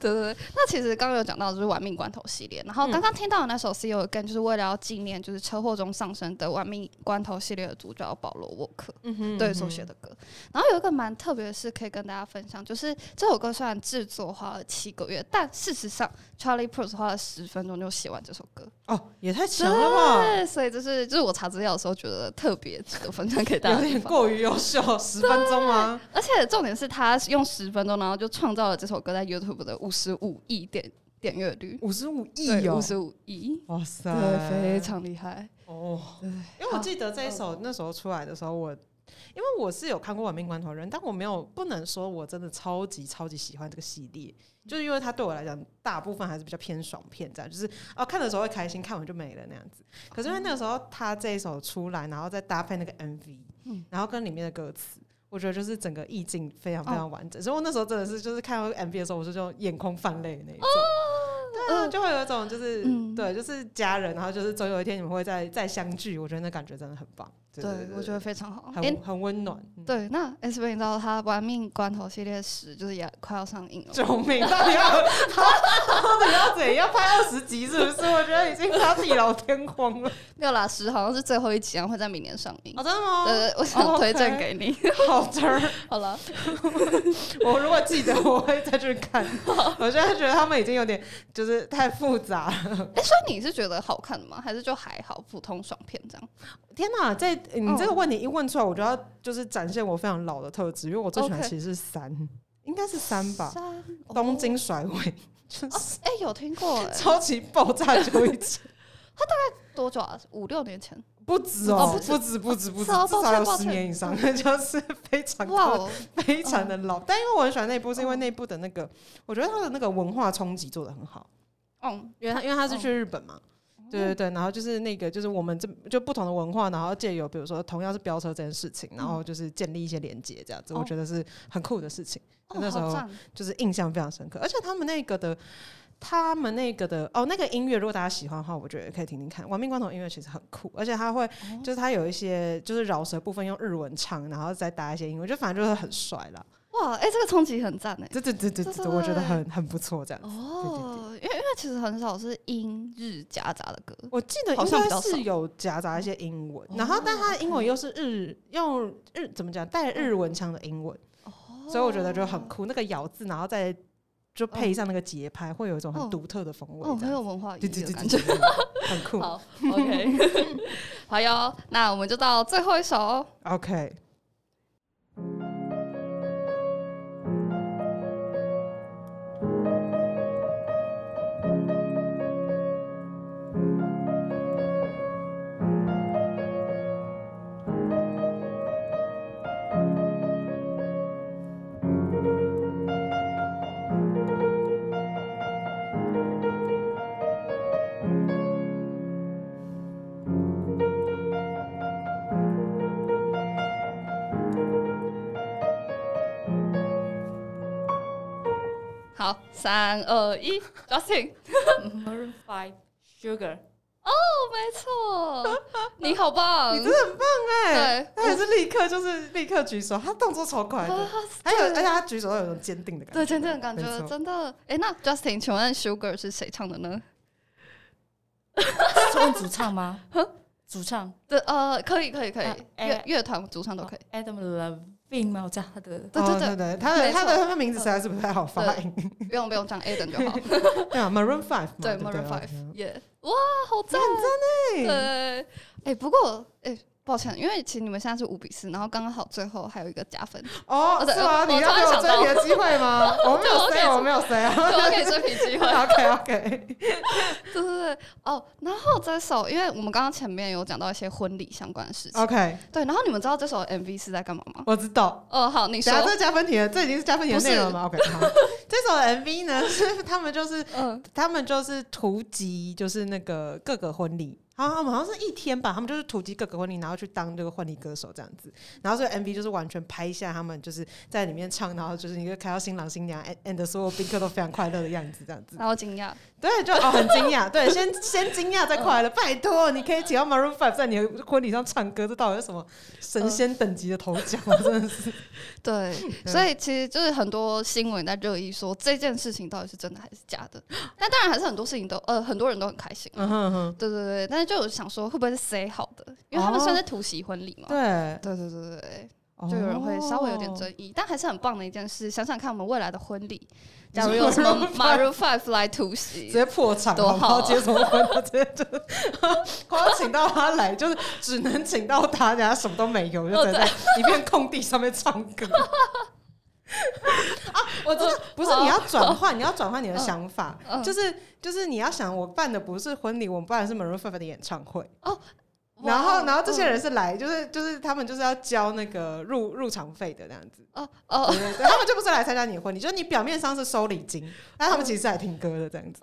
Speaker 2: 对对。那其实刚刚有讲到就是《玩命关头》系列，
Speaker 1: 嗯
Speaker 2: 然后刚刚听到的那首《See You Again》就是为了要纪念就是车祸中丧生的《玩命关头》系列的主角保罗·沃克。
Speaker 1: 嗯哼
Speaker 2: 对所写的歌。然后有一个蛮特别的事可以跟大家分享，就是这首歌虽然制作花了七个月，但事实上 Charlie Puth 花了十分钟就写完这首歌。
Speaker 1: 哦，也太强了吧，
Speaker 2: 对，所以就是就是我查资料的时候觉得特别值得分享给大家
Speaker 1: 有
Speaker 2: 的地
Speaker 1: 点
Speaker 2: 方。
Speaker 1: 过于优秀，十分钟吗？
Speaker 2: 而且重点是他用十分钟，然后就创造了这首歌在 YouTube 的五十五亿点点阅率，
Speaker 1: 五十五亿
Speaker 2: 对，
Speaker 1: 哦
Speaker 2: 五，十五亿，
Speaker 1: 哇塞，
Speaker 2: 对，非常嗯厉害。
Speaker 1: 哦，因为我记得这一首那时候出来的时候，我因为我是有看过《玩命关头人》，但我没有不能说我真的超级超级喜欢这个系列，就是因为它对我来讲大部分还是比较偏爽片这样，就是哦看的时候会开心，看完就没了那样子。可是因为那个时候他这一首出来，然后再搭配那个 MV，、然
Speaker 2: 嗯
Speaker 1: 后跟里面的歌词。我觉得就是整个意境非常非
Speaker 2: 哦
Speaker 1: 常完整，所以我那时候真的是就是看到 MV 的时候，我就就眼眶泛泪的那一种。对啊，就会有一种就是、
Speaker 2: 哦嗯
Speaker 1: 对，就是家人，然后就是总有一天你们会再再相聚，我觉得那感觉真的很棒。对对
Speaker 2: 对，我觉得哎非常好。
Speaker 1: 很、
Speaker 2: 诶
Speaker 1: 很温暖。嗯
Speaker 2: 对，那 S B 你知道他《玩命关头》系列十就是也快要上映了吗，
Speaker 1: 救命！到底要到底要怎样拍二十集？是不是？我觉得已经他地老天荒 了。
Speaker 2: 没有啦，十好像是最后一集，然后会在明年上映。
Speaker 1: 哦，真的吗？
Speaker 2: 呃，我想
Speaker 1: 哦
Speaker 2: 推荐
Speaker 1: OK
Speaker 2: 给 你。
Speaker 1: 好的，
Speaker 2: 好了，
Speaker 1: 我如果记得，我会再去看。我现在觉得他们已经有点就是太复杂了。
Speaker 2: 哎，所以你是觉得好看的吗？还是就还好，普通爽片这样？
Speaker 1: 天哪，这你
Speaker 2: 嗯
Speaker 1: 这个问题一问出来，我就要就是展现我非常老的特质，因为我最喜欢
Speaker 2: OK
Speaker 1: 其实是三，应该是三吧。
Speaker 2: 三
Speaker 1: 东。京甩尾， 就是
Speaker 2: 哎，诶有听过诶？
Speaker 1: 超级爆炸就一集，
Speaker 2: 多久啊？五六年前。
Speaker 1: 不止
Speaker 2: 哦
Speaker 1: 哦，
Speaker 2: 不
Speaker 1: 不
Speaker 2: 止
Speaker 1: 止不止不止，
Speaker 2: 是哦
Speaker 1: 至
Speaker 2: 抱
Speaker 1: 少
Speaker 2: 歉
Speaker 1: 有
Speaker 2: 抱
Speaker 1: 十
Speaker 2: 歉
Speaker 1: 年以上，就是非常
Speaker 2: 哇
Speaker 1: 的
Speaker 2: 哦，
Speaker 1: 非常的老。但因为我很喜欢那一部，是因为那一部的那个，我觉得它的那个文化冲击做的很好，哦
Speaker 2: 嗯，
Speaker 1: 因为它因为它是去日本嘛。对对对，然后就是那个，就是我们这就不同的文化，然后借由比如说同样是飙车这件事情，然后就是建立一些连接，这样子，
Speaker 2: 哦
Speaker 1: 我觉得是很酷的事情。
Speaker 2: 哦
Speaker 1: 那时
Speaker 2: 好
Speaker 1: 候
Speaker 2: 赞。
Speaker 1: 就是印象非常深刻。而且他们那个的，他们那个的哦，那个音乐，如果大家喜欢的话，我觉得也可以听听看。《亡命关头》音乐其实很酷，而且它会、就是它有一些就是饶舌部分用日文唱，然后再搭一些英文，就反正就是很帅啦。
Speaker 2: 哇，哎，这个冲击很赞哎。
Speaker 1: 对对对对
Speaker 2: 对
Speaker 1: 对，
Speaker 2: 对
Speaker 1: 我觉得很很不错这样。
Speaker 2: 哦，因为因为其实很少是英日夹杂的歌。
Speaker 1: 我记得
Speaker 2: 好
Speaker 1: 应
Speaker 2: 像比
Speaker 1: 该
Speaker 2: 较少哦
Speaker 1: 是有夹杂一些英文，然后但它的英文又是日用
Speaker 2: 嗯哦
Speaker 1: 日怎么讲带日文腔的英文，所以我觉得就很酷。那个咬字，然后再就配上那个节拍，会有一种很独特的风味
Speaker 2: 嗯哦，
Speaker 1: 这
Speaker 2: 很有
Speaker 1: 样子。
Speaker 2: 文化意
Speaker 1: 对
Speaker 2: 义
Speaker 1: 对
Speaker 2: 的
Speaker 1: 对
Speaker 2: 感
Speaker 1: 对
Speaker 2: 觉。
Speaker 1: 对，对很酷。
Speaker 2: 好，OK，好哟，那我们就到最后一首哦。
Speaker 1: OK，
Speaker 2: 好，三二一，Justin，
Speaker 3: Maroon Five Sugar，
Speaker 2: 哦没错， 你好棒，
Speaker 1: 你真的很棒哎、
Speaker 2: 对
Speaker 1: 他也是立刻就是立的举手，他动作超快的，还有而且他举手都有种坚定的感觉。
Speaker 2: 啊哎对，真的感觉
Speaker 1: 没错
Speaker 2: 真的。哎，那 Justin，请问 Sugar 是谁唱的呢？
Speaker 3: 是问主唱吗？主唱
Speaker 2: 这呃，可以，可以，可以
Speaker 3: 啊，
Speaker 2: 乐
Speaker 3: 哎
Speaker 2: 乐团主唱都可以。
Speaker 3: Adam Levine 吗？我叫他的
Speaker 2: 对
Speaker 1: 哦
Speaker 2: 对
Speaker 1: 对对，他的
Speaker 2: 没错
Speaker 1: 他的他的名字实在是不太好发音，
Speaker 2: 不用不用，讲 Aden 就 好。
Speaker 1: 对啊，Maroon 啊 Five 嘛，
Speaker 2: 对
Speaker 1: 不
Speaker 2: ，Maroon
Speaker 1: ，OK
Speaker 2: Five，耶！哇，好赞！
Speaker 1: 对
Speaker 2: 对，哎、不过哎、抱歉，因为其实你们现在是五比四，然后刚刚好最后还有一个加分，
Speaker 1: 哦
Speaker 2: 哦，对
Speaker 1: 是吗？
Speaker 2: 我
Speaker 1: 你要给我追你的机会吗？ 我没有
Speaker 2: 对我给
Speaker 1: 谁，我没有谁啊。
Speaker 2: 对，我给这瓶机会。
Speaker 1: OK OK，
Speaker 2: 对对对，哦，然后这首，因为我们刚刚前面有讲到一些婚礼相关的事情
Speaker 1: OK，
Speaker 2: 对，然后你们知道这首 MV 是在干嘛吗？
Speaker 1: 我知道。
Speaker 2: 哦，好，你
Speaker 1: 等
Speaker 2: 说
Speaker 1: 下，这是加分题了，这已经是加分题的
Speaker 2: 不是
Speaker 1: 内容了吗？OK，好。这首 MV 呢，是他们就是
Speaker 2: 嗯，
Speaker 1: 他们就是图集，就是那个各个婚礼，好，他们好像是一天吧，他们就是图集各个婚礼，然后去当这个婚礼歌手这样子，然后所以 MV 就是完全拍下他们就是在里面唱，然后就是你就看到新郎新娘 and and 所有宾客都非常快乐的样子，这样子，
Speaker 2: 然后惊讶，
Speaker 1: 对，就哦很惊讶，对，先先惊讶再快乐，拜托，你可以请到 Maroon Five 在你的婚礼上唱歌，这到底是什么神仙等级的头奖？真的是，
Speaker 2: 嗯对，所以其实就是很多新闻在热议说这件事情到底是真的还是假 的，但当然还是很多事情都呃很多人都很开心啊、
Speaker 1: 嗯哼哼，
Speaker 2: 对对对，但是就有想说会不会是 say 好的，因为他们
Speaker 1: 哦
Speaker 2: 算是突袭婚礼嘛。
Speaker 1: 对，
Speaker 2: 对对对对对，就有人会稍微有点
Speaker 1: 哦
Speaker 2: 争议，但还是很棒的一件事。想想看，我们未来的婚礼，假如有什么 Maroon Five 来突
Speaker 1: 直
Speaker 2: 袭，
Speaker 1: 接破产，
Speaker 2: 多
Speaker 1: 好不好？
Speaker 2: 好啊
Speaker 1: 接什么婚啊？直接 就是光请到他来，就是只能请到他，人家什么都没有，就
Speaker 2: 哦
Speaker 1: 只能在一片空地上面唱 歌。啊，我真的不是
Speaker 2: 啊好哦
Speaker 1: 你要转换，你要转换你的想法，
Speaker 2: 嗯
Speaker 1: 就是就是你要想，我办的不是婚礼，我们办的是 Maroon Five 的演唱会。
Speaker 2: 哇
Speaker 1: 然后，然后这些人是来，就是就是他们就是要交那个入入场费的那样子，
Speaker 2: 哦哦
Speaker 1: 对对对他们就不是来参加你的婚礼，就是你表面上是收礼金，但他们其实是来听歌的这样子。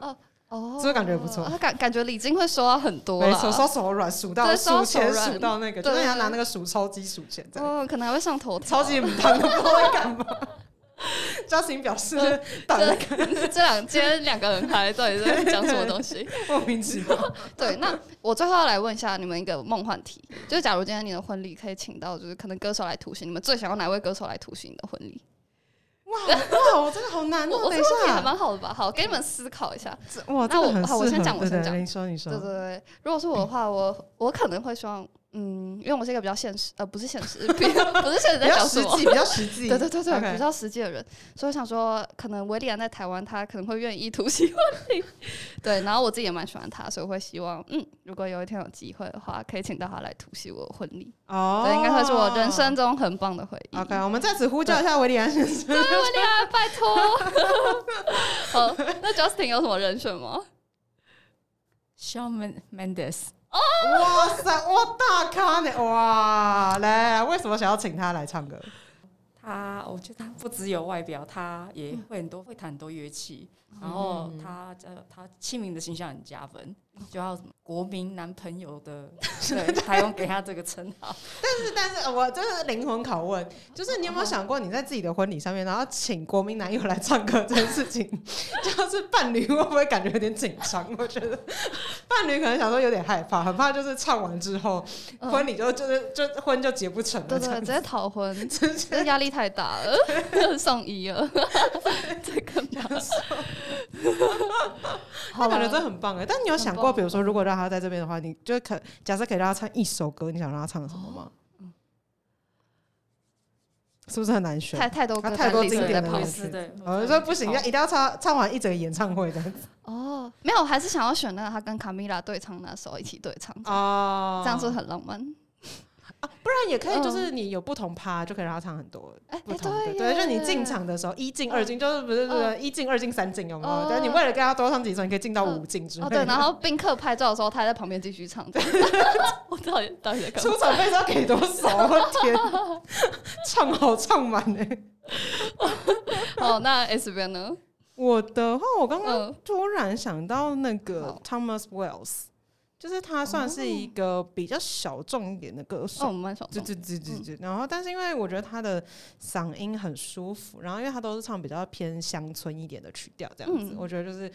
Speaker 2: 哦，
Speaker 1: 是不是感觉不错
Speaker 2: 啊感感觉李晶会收到很多啦，
Speaker 1: 没错，收手软，数到
Speaker 2: 对
Speaker 1: 数
Speaker 2: 收手
Speaker 1: 钱，
Speaker 2: 软
Speaker 1: 数到那个，就
Speaker 2: 对
Speaker 1: 是人家拿那个数钞机数钱，这样
Speaker 2: 嗯，可能还会上头条
Speaker 1: 超级母汤都不知道在干嘛。Justin 表示打在干
Speaker 2: 这两今天两个人还到底在讲什么东西？
Speaker 1: 莫名其妙，
Speaker 2: 对，那我最后要来问一下你们一个梦幻题，就是假如今天你的婚礼可以请到就是可能歌手来突袭，你们最想要哪位歌手来突袭你的婚礼？
Speaker 1: 哇哇，我真的好难
Speaker 2: 我
Speaker 1: 哦！
Speaker 2: 我
Speaker 1: 等一
Speaker 2: 这个问题还
Speaker 1: 下，
Speaker 2: 蛮好的吧？好，给你们思考一下。
Speaker 1: 这哇，
Speaker 2: 那
Speaker 1: 真
Speaker 2: 啊我
Speaker 1: 的很
Speaker 2: 好我先
Speaker 1: 适合
Speaker 2: 讲我
Speaker 1: 对
Speaker 2: 先
Speaker 1: 对
Speaker 2: 讲
Speaker 1: 你说你说
Speaker 2: 对对，对，如果是我的话，我我可能会希望，嗯，因为我是一个比较现实，呃，不是现实，比不是现实
Speaker 1: 比
Speaker 2: 在
Speaker 1: 较
Speaker 2: 讲
Speaker 1: 实
Speaker 2: 什么
Speaker 1: 际，。比较实际，
Speaker 2: 对对对对
Speaker 1: OK
Speaker 2: 比较实际的人，所以我想说，可能维利安在台湾，他可能会愿意突袭婚礼， 对，然后我自己也蛮喜欢他，所以我会希望，嗯，如果有一天有机会的话，可以请到他来突袭我的婚礼，
Speaker 1: 哦，
Speaker 2: 对，应该会是我人生。中很棒的回忆。
Speaker 1: OK，我们在此呼叫一下维里安先 生。
Speaker 2: 对，维利安，拜托。 好，那 Justin 有什么人选吗？
Speaker 3: Shawn Mendes。
Speaker 1: 哇塞，哇大咖呢！哇，来，为什么想要请他来唱歌？
Speaker 3: 他，我觉得他不只有外表，他也会很多，会弹很多乐器，然后
Speaker 1: 嗯
Speaker 3: 他呃，他亲民的形象很加分，就要什么国民男朋友 的，对，台湾给他这个称号，
Speaker 1: 但是， 但是我真的是灵魂拷问，就是你有没有想过，你在自己的婚礼上面，然后请国民男友来唱歌这件事情， 就是伴侣会不会感觉有点紧张？我觉得伴侣可能想说有点害怕，很怕就是唱完之后、
Speaker 2: 嗯
Speaker 1: 婚礼就就是就婚就结不成了
Speaker 2: 对
Speaker 1: 这
Speaker 2: 对，
Speaker 1: 样
Speaker 2: 直
Speaker 1: 子。
Speaker 2: 接逃 婚，这压力太大了，送医了，这个嘛，
Speaker 1: 他
Speaker 2: 好
Speaker 1: 感觉
Speaker 2: 了
Speaker 1: 真的很棒哎， 但你有想过，比如说如果让他在这边的话，你就可
Speaker 2: 哦
Speaker 1: 假设可以让他唱一首歌，你想让他唱什么吗？是不是很难选？
Speaker 2: 太太多
Speaker 1: 啊
Speaker 2: 歌
Speaker 1: 太
Speaker 2: 单
Speaker 1: 多
Speaker 2: 里
Speaker 1: 经
Speaker 2: 面
Speaker 1: 典
Speaker 2: 在
Speaker 1: 的
Speaker 2: 跑
Speaker 1: 名
Speaker 3: 也
Speaker 1: 字
Speaker 3: 是对，
Speaker 1: 我就说不行，啊
Speaker 2: 好
Speaker 1: 要一定要唱唱完一整个演唱会这样子
Speaker 2: 哦，没有，还是想要选那个他跟卡米拉对唱那时候一起对唱，
Speaker 1: 哦
Speaker 2: 这样是不是很浪漫。
Speaker 1: 不然也可以，
Speaker 2: 嗯
Speaker 1: 就是你有不同趴就可以让他唱很多
Speaker 2: 哎
Speaker 1: 不同
Speaker 2: 哎
Speaker 1: 的，
Speaker 2: 对
Speaker 1: 对，嗯
Speaker 2: 耶
Speaker 1: 就你进场的时候一进二进，就是不是不是一进二进三进有没有？
Speaker 2: 哦
Speaker 1: 对，你为了跟他多唱几首，你可以进到五进之类
Speaker 2: 哦，
Speaker 1: 的。
Speaker 2: 对，然后宾客拍照的时候，他还在旁边继续唱。我到底到底 在干嘛？
Speaker 1: 出场费是要给多少？我天，唱好唱满呢、
Speaker 2: 哦，那 S 边呢？
Speaker 1: 我的话，我刚刚
Speaker 2: 嗯，
Speaker 1: 突然想到那个
Speaker 2: 好
Speaker 1: Thomas Wells，就是他算是一个比较小众一点的歌
Speaker 2: 哦，
Speaker 1: 手
Speaker 2: 我，蛮爽
Speaker 1: 对
Speaker 2: 的。
Speaker 1: 对对对对。然后，但是因为我觉得他的嗓音很舒服，然后因为他都是唱比较偏乡村一点的曲调，这样子，
Speaker 2: 嗯
Speaker 1: 我觉得就是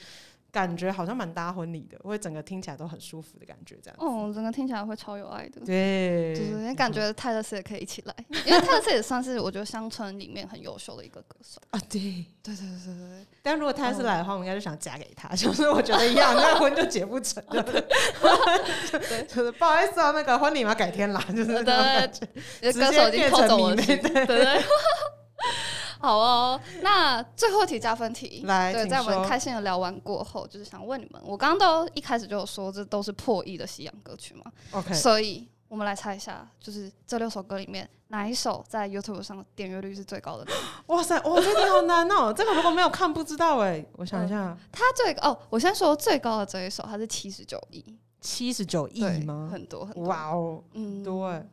Speaker 1: 感觉好像蛮搭婚礼的，会整个听起来都很舒服的感觉，这样子。
Speaker 2: 哦，整个听起来会超有爱 的。
Speaker 1: 对，
Speaker 2: 就是因为感觉泰勒斯也可以一起来，因为泰勒斯也算是我觉得乡村里面很优秀的一个歌手。
Speaker 1: 啊，对。
Speaker 2: 对对对对哦
Speaker 1: 但如果他是来的话，我应该就想嫁给他，就是我觉得一样， 那婚就结不成了。
Speaker 2: 对
Speaker 1: 就是不好意思啊，那个婚礼嘛改天啦，就是 那
Speaker 2: 对
Speaker 1: 种感觉。
Speaker 2: 对，
Speaker 1: 直
Speaker 2: 歌手
Speaker 1: 接
Speaker 2: 已经
Speaker 1: 变
Speaker 2: 偷
Speaker 1: 成
Speaker 2: 走我的
Speaker 1: 迷
Speaker 2: 心，
Speaker 1: 妹
Speaker 2: 对对对。 好哦，那最后一题加分题，
Speaker 1: 来，
Speaker 2: 对，
Speaker 1: 请
Speaker 2: 在我们
Speaker 1: 说
Speaker 2: 开心的聊完过后，就是想问你们，我刚刚都一开始就有说，这都是破亿的西洋歌曲嘛，
Speaker 1: OK，
Speaker 2: 所以我们来猜一下，就是这六首歌里面哪一首在 YouTube 上点阅率是最高的呢？
Speaker 1: 哇塞，哇，这题好难哦，这个如果没有看不知道哎，我想一下，
Speaker 2: 它最哦，我先说最高的这一首，它是七十九亿，
Speaker 1: 七十九亿
Speaker 2: 对，
Speaker 1: 吗？
Speaker 2: 很多很多，
Speaker 1: 哇哦，
Speaker 2: 嗯
Speaker 1: 多哎，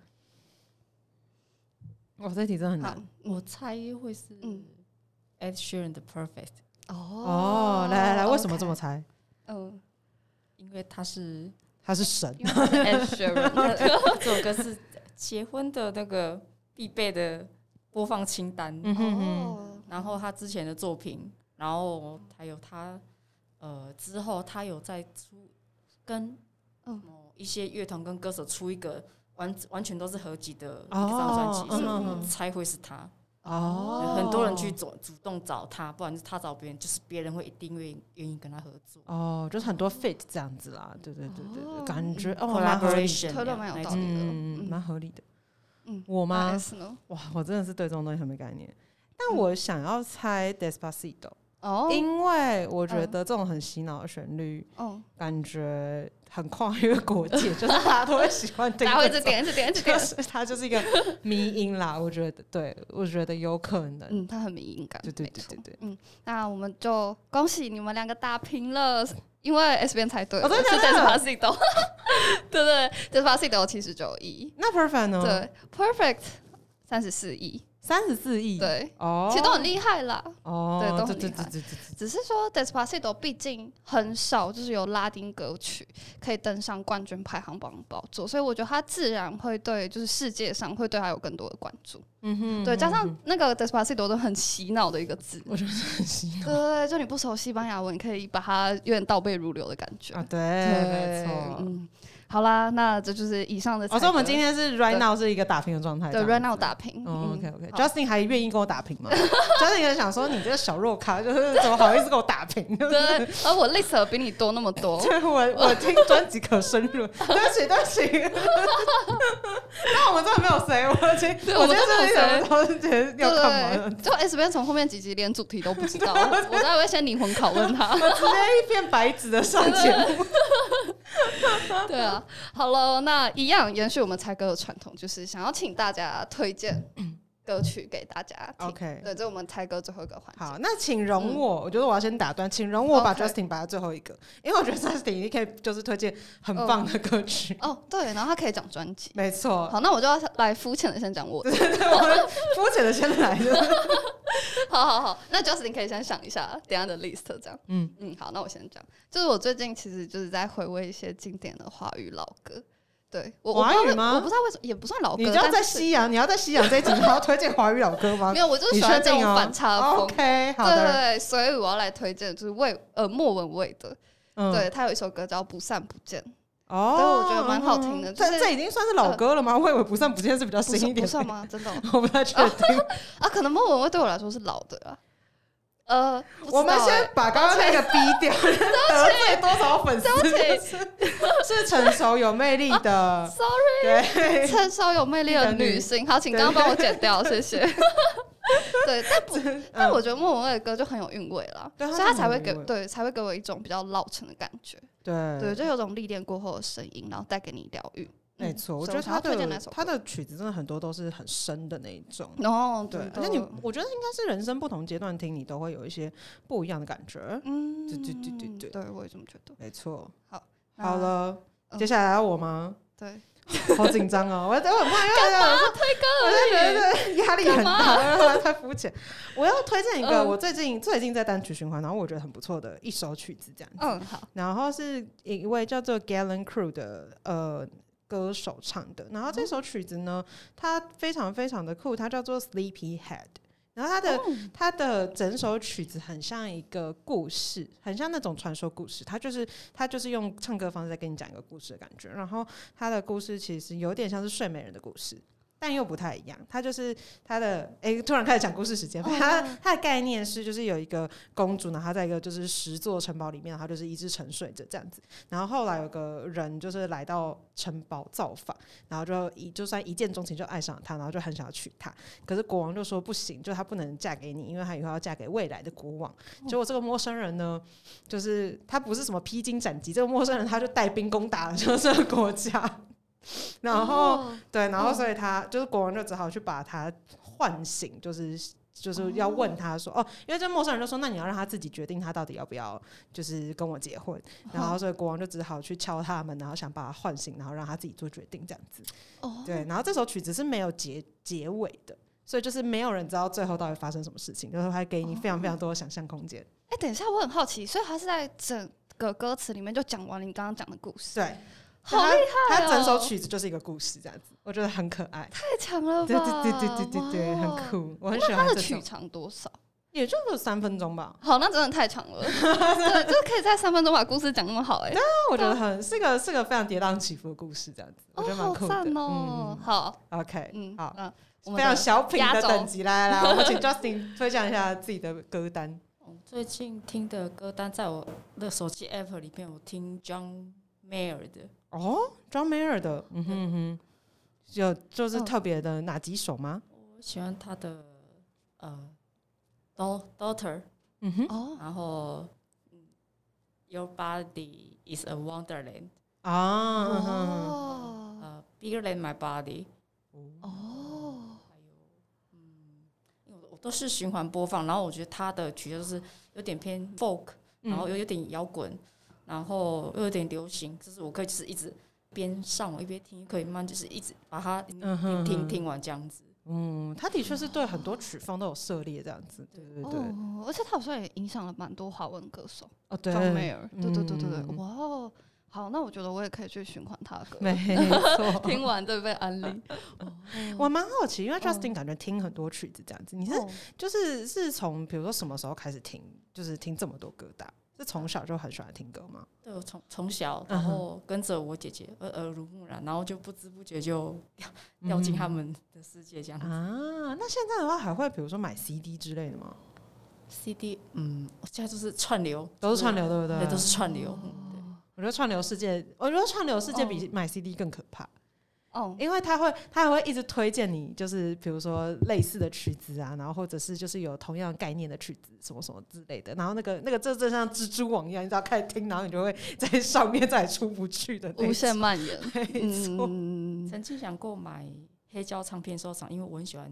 Speaker 1: 哇，这题真的很
Speaker 2: 好
Speaker 1: 难。
Speaker 3: 我猜会是
Speaker 2: 嗯
Speaker 3: Ed Sheeran 的 Perfect，
Speaker 2: 哦
Speaker 1: 哦，来来来，为什么
Speaker 2: OK
Speaker 1: 这么猜？
Speaker 2: 嗯，
Speaker 3: 因为他是
Speaker 1: 他是神
Speaker 2: 因为它是 Ed Sheeran
Speaker 3: 这首歌是结婚的那个必备的播放清单，
Speaker 1: 嗯哼哼
Speaker 2: 哦
Speaker 3: 然后他之前的作品，然后还有他呃之后他有再出跟
Speaker 2: 嗯
Speaker 3: 某一些乐团跟歌手出一个完完全都是合集的一张专
Speaker 1: 哦嗯
Speaker 3: 辑，，所以
Speaker 1: 嗯
Speaker 3: 我
Speaker 1: 嗯
Speaker 3: 猜会是他。
Speaker 1: 哦，
Speaker 3: 很多人去主主动找他，不然是他找别人，就是别人会一定愿意愿意跟他合作。
Speaker 1: 哦，就是很多 fit 这样子啦，对对对对
Speaker 2: 哦
Speaker 1: 对，感觉哦蛮合理，
Speaker 3: collaboration
Speaker 2: 推论蛮有道理的
Speaker 1: 嗯，
Speaker 2: 嗯
Speaker 1: 蛮合理的。
Speaker 2: 嗯，
Speaker 1: 我
Speaker 2: 那
Speaker 1: 吗？
Speaker 2: S 呢？
Speaker 1: 哇，我真的是对这种东西很没概念。
Speaker 2: 嗯
Speaker 1: 但我想要猜 Despacito，
Speaker 2: 哦，
Speaker 1: 因为我觉
Speaker 2: 嗯
Speaker 1: 得这种很洗脑的旋律，
Speaker 2: 嗯，
Speaker 1: 感觉很跨越国 界，就是大家都会喜欢听。
Speaker 2: 然后一直，点，一直点，一直
Speaker 1: 就
Speaker 2: 点。
Speaker 1: 是它就是一个迷音啦。我觉得，对我觉得有可能。
Speaker 2: 嗯，他很敏感，
Speaker 1: 对对
Speaker 2: 没
Speaker 1: 对
Speaker 2: 错
Speaker 1: 对对。
Speaker 2: 那我们就恭喜你们两个打平了，因为 S 边才对，
Speaker 1: 哦真的
Speaker 2: 是
Speaker 1: 假的
Speaker 2: Despacito，对对，Despacito 七十九亿，
Speaker 1: 那 Perfect 呢？
Speaker 2: 对，Perfect 三十四亿，
Speaker 1: 三十四亿。
Speaker 2: 对，
Speaker 1: 哦，
Speaker 2: 其实都很厉害啦。
Speaker 1: 哦，
Speaker 2: 对都
Speaker 1: 对
Speaker 2: 很
Speaker 1: 对
Speaker 2: 厉害
Speaker 1: 对对对
Speaker 2: 只是说 Despacito 毕竟很少，就是有拉丁歌曲可以登上冠军排行榜宝座，所以我觉得他自然会对，就是世界上会对他有更多的关注。
Speaker 1: 嗯哼，
Speaker 2: 对，加上那个 Despacito 都很洗脑的一个字，
Speaker 1: 我觉得是很洗
Speaker 2: 对对对，就你不熟西班牙文，可以把它有点倒背如流的感觉。
Speaker 1: 脑啊，对，
Speaker 2: 对
Speaker 1: 没错。
Speaker 2: 嗯，好啦，那这就是以上的猜歌。
Speaker 1: 哦，所以我们今天是 right
Speaker 2: 对
Speaker 1: now 是一个打平的状态，
Speaker 2: 对
Speaker 1: 这样
Speaker 2: right now 打平。
Speaker 1: 哦
Speaker 2: 嗯
Speaker 1: OK OK，
Speaker 2: 好
Speaker 1: Justin 还愿意跟我打平吗？Justin 也想说你这个小弱咖，就是怎么好意思跟我打 平？
Speaker 2: 对，而啊我 list 的比你多那么多。
Speaker 1: 对，我我听专辑可深入，对不起对不起。 但我们真的没有谁，我今
Speaker 2: 对
Speaker 1: 我
Speaker 2: 我
Speaker 1: 今
Speaker 2: 们
Speaker 1: 天
Speaker 2: 真的没有谁
Speaker 1: 真的是觉得
Speaker 2: 对
Speaker 1: 要干嘛
Speaker 2: 对，？就 S 边从后面几集连主题都不知道，我才会先灵魂拷问 他。
Speaker 1: 直接一片白纸的上节目，
Speaker 2: 对啊，好了，那一样延续我们猜歌的传统，就是想要请大家推荐歌曲给大家听。
Speaker 1: OK
Speaker 2: 对，这是我们猜歌最后一个环节。
Speaker 1: 好，那请容我，我觉得我要先打断，请容我把
Speaker 2: 嗯 OK
Speaker 1: Justin 摆到最后一个，因为我觉得 Justin 一定可以就是推荐很
Speaker 2: 嗯
Speaker 1: 棒的歌曲。
Speaker 2: 哦，对，然后他可以讲专辑。
Speaker 1: 没错，
Speaker 2: 好，那我就要来肤浅的先讲我 的。
Speaker 1: 我们肤浅的先来，
Speaker 2: 好好好，那 Justin 可以先想一下等一下的 list 这样。
Speaker 1: 嗯
Speaker 2: 嗯，好，那我先讲，就是我最近其实就是在回味一些经典的华语老歌。对我，我不
Speaker 1: 华
Speaker 2: 知道
Speaker 1: 语
Speaker 2: 为
Speaker 1: 吗
Speaker 2: 我不知道为什么，也不算老歌，
Speaker 1: 你就要在
Speaker 2: 但是
Speaker 1: 西洋，你要在西洋这一集，你还要推荐华语老歌吗
Speaker 2: 没？有，我 就是
Speaker 1: 哦你
Speaker 2: 喜欢
Speaker 1: 确
Speaker 2: 这种
Speaker 1: 定哦
Speaker 2: 反差风。
Speaker 1: ？OK，好
Speaker 2: 对对
Speaker 1: 的，
Speaker 2: 对，所以我要来推荐就是魏呃莫文蔚的，
Speaker 1: 嗯，
Speaker 2: 对他有一首歌叫《不散不见》，
Speaker 1: 哦，
Speaker 2: 所以我觉得蛮好听的
Speaker 1: 嗯
Speaker 2: 就是
Speaker 1: 这这已经算是老歌了吗？我以为不算不见是比较新
Speaker 2: 不
Speaker 1: 一
Speaker 2: 算
Speaker 1: 点
Speaker 2: 不
Speaker 1: 的，
Speaker 2: 算吗？真的哦
Speaker 1: 我不太确定。
Speaker 2: 啊，可能莫文蔚对我来说是老的啊，呃，不知道
Speaker 1: 我们
Speaker 2: 欸
Speaker 1: 先把刚刚那个逼掉，得罪多少粉丝？
Speaker 2: 对
Speaker 1: 就是是成熟有魅力的，
Speaker 2: sorry，
Speaker 1: 对，
Speaker 2: 成熟欸有魅力的女性。好，请刚刚帮我剪掉，谢谢。对，但不，但我觉得莫文蔚的歌就很有韵味啦，
Speaker 1: 嗯对
Speaker 2: 所
Speaker 1: 她
Speaker 2: 以她才会
Speaker 1: 很有
Speaker 2: 给
Speaker 1: 韵味嗯
Speaker 2: 对才会给我一种比较老成的感觉，
Speaker 1: 对
Speaker 2: 对，就有种历练过后的声音，然后带给你疗愈。
Speaker 1: 没错，我
Speaker 2: 所
Speaker 1: 觉得
Speaker 2: 以我想要
Speaker 1: 他
Speaker 2: 推荐那
Speaker 1: 的
Speaker 2: 首歌
Speaker 1: 他的曲子真的很多都是很深的那一种。
Speaker 2: 哦，
Speaker 1: 嗯对
Speaker 2: 真，的
Speaker 1: 那你我觉得应该是人生不同阶段听，你都会有一些不一样的感觉。
Speaker 2: 嗯，
Speaker 1: 对对对对对
Speaker 2: 对我也这么觉得。
Speaker 1: 没错，
Speaker 2: 那
Speaker 1: 好，了，
Speaker 2: 嗯
Speaker 1: 接下来要我吗？
Speaker 2: 对，
Speaker 1: 好紧张哦，我等我很怕，因为我
Speaker 2: 推歌
Speaker 1: 我就觉
Speaker 2: 而已。
Speaker 1: 得压力很大，然后太肤浅。我要推荐一个
Speaker 2: 嗯
Speaker 1: 我最近最近在单曲循环，然后我觉得很不错的一首曲子，这样子。
Speaker 2: 嗯，好，
Speaker 1: 然后是一位叫做 Galen Crew 的呃歌手唱的。然后这首曲子呢，它非常非常的酷，它叫做 Sleepy Head。然后它的、它的整首曲子很像一个故事，很像那种传说故事。它就是它就是用唱歌方式在跟你讲一个故事的感觉。然后它的故事其实有点像是睡美人的故事。但又不太一样，它就是它的诶，突然开始讲故事时间。它它的概念是，就是有一个公主，然后她在一个就是石座城堡里面，然后就是一直沉睡着这样子。然后后来有个人就是来到城堡造访，然后就一哎就算一见钟情就爱上了她，然后就很想要娶她。可是国王就说不行，就她不能嫁给你，因为她以后要嫁给未来的国王。结果这个陌生人呢，就是他不是什么披荆斩棘，这个陌生人他就带兵攻打了就是这个国家。然后
Speaker 2: 哦
Speaker 1: 对，然后
Speaker 2: 嗯
Speaker 1: 所以他、就是国王就只好去把他唤醒，就是就是要问他说，哦，因为这陌生人就说，那你要让他自己决定他到底要不要就是跟我结婚，
Speaker 2: 哦
Speaker 1: 然后所以国王就只好去敲他们，然后想把他唤醒，然后让他自己做决定这样子。
Speaker 2: 哦，
Speaker 1: 对，然后这首曲子是没有结结尾的。所以就是没有人知道最后到底发生什么事情，就是还给你非常非常多的想象空间。
Speaker 2: 哎，等一下，我很好奇，所以他是在整个歌词里面就讲完了你刚刚讲的故事，
Speaker 1: 对，
Speaker 2: 好厉害
Speaker 1: 它
Speaker 2: 哦！
Speaker 1: 整首曲子就是一个故事这样子，我觉得很可爱。
Speaker 2: 太强了吧？
Speaker 1: 对对对对对对对，
Speaker 2: 哇
Speaker 1: 很。酷，我很喜
Speaker 2: 那它
Speaker 1: 欢
Speaker 2: 的
Speaker 1: 这首
Speaker 2: 曲。长多少？
Speaker 1: 也就是三分钟吧，
Speaker 2: 好，那真的 太长了。对，就是可以在三分钟把故事讲那么好，哎，
Speaker 1: 那我觉得很是个是个非常跌宕起伏的故事，这样子，我觉
Speaker 2: 哦，
Speaker 1: 得蛮
Speaker 2: 好
Speaker 1: 酷的。
Speaker 2: 赞哦！好，
Speaker 1: 嗯，OK，
Speaker 2: 嗯，
Speaker 1: 好，
Speaker 2: 那我
Speaker 1: 非
Speaker 2: 们
Speaker 1: 常
Speaker 2: 的
Speaker 1: 小品
Speaker 2: 压
Speaker 1: 的
Speaker 2: 轴
Speaker 1: 等级，来来来，我们 请 Justin 推荐一下自己的歌单。
Speaker 3: 我最近听的歌单，在我的手机 app 里面，我听 John Mayer 的，
Speaker 1: 哦，John Mayer 的，嗯哼嗯哼，有就是
Speaker 3: 哦
Speaker 2: 嗯
Speaker 1: 特别的哪几首吗？
Speaker 3: 我喜欢他的呃，Dau-，Daughter，
Speaker 1: 嗯哼，
Speaker 2: 哦，
Speaker 3: 然后嗯 Your Body is a Wonderland，
Speaker 1: 啊，嗯哼
Speaker 2: 哦，
Speaker 3: 呃，Bigger than my body，嗯
Speaker 2: 哦，
Speaker 3: 因为我我都是循环播放，然后我觉得他的曲就是有点偏 folk，然后又有点摇滚，然后又有点流行，就是我可以就是一直边上网一边听，可以慢就是一直把它听
Speaker 1: 嗯哼
Speaker 3: 听
Speaker 1: 嗯
Speaker 3: 听听完这样子。
Speaker 1: 嗯，他的确是对很多曲风都有涉猎，这样子，对对对，
Speaker 2: 哦，而且他好像也影响了蛮多华文歌手
Speaker 1: 哦对，
Speaker 2: ，John Mayer，对对对对
Speaker 1: 嗯
Speaker 2: 对，哇哦，好，那我觉得我也可以去循环他的歌，
Speaker 1: 没错，
Speaker 2: 听完再被安利。
Speaker 1: 我蛮好奇，因
Speaker 2: 嗯
Speaker 1: 为 Justin 感觉听很多曲子这样子，你是
Speaker 2: 哦
Speaker 1: 就是是从比如说什么时候开始听，就是听这么多歌的啊？是从小就很喜欢听歌吗？
Speaker 3: 对，我从从小，
Speaker 1: 嗯
Speaker 3: 然
Speaker 1: 哼
Speaker 3: 后跟着我姐姐耳耳濡目染，然后就不知不觉就 掉进他们
Speaker 1: 嗯
Speaker 3: 的世界这样子。
Speaker 1: 啊，那现在的话还会比如说买 CD 之类的吗？
Speaker 3: CD，嗯，我现在就是串流，
Speaker 1: 都是串，流，对不对？啊哦
Speaker 3: 对，都是串流。嗯对
Speaker 1: 我觉得串流世界，我觉得串流世界
Speaker 3: 哦
Speaker 1: 比买 CD 更可怕，
Speaker 2: 哦，
Speaker 1: 因为它会它还会一直推荐你，就是比如说类似的曲子啊，然后或者是就是有同样概念的曲子什么什么之类的，然后那个那个这就像蜘蛛网一样，你只要开始听，然后你就会在上面再也出不去的那种
Speaker 2: 无限 蔓延，嗯，
Speaker 3: 曾经想过买黑胶唱片收藏，因为我很喜欢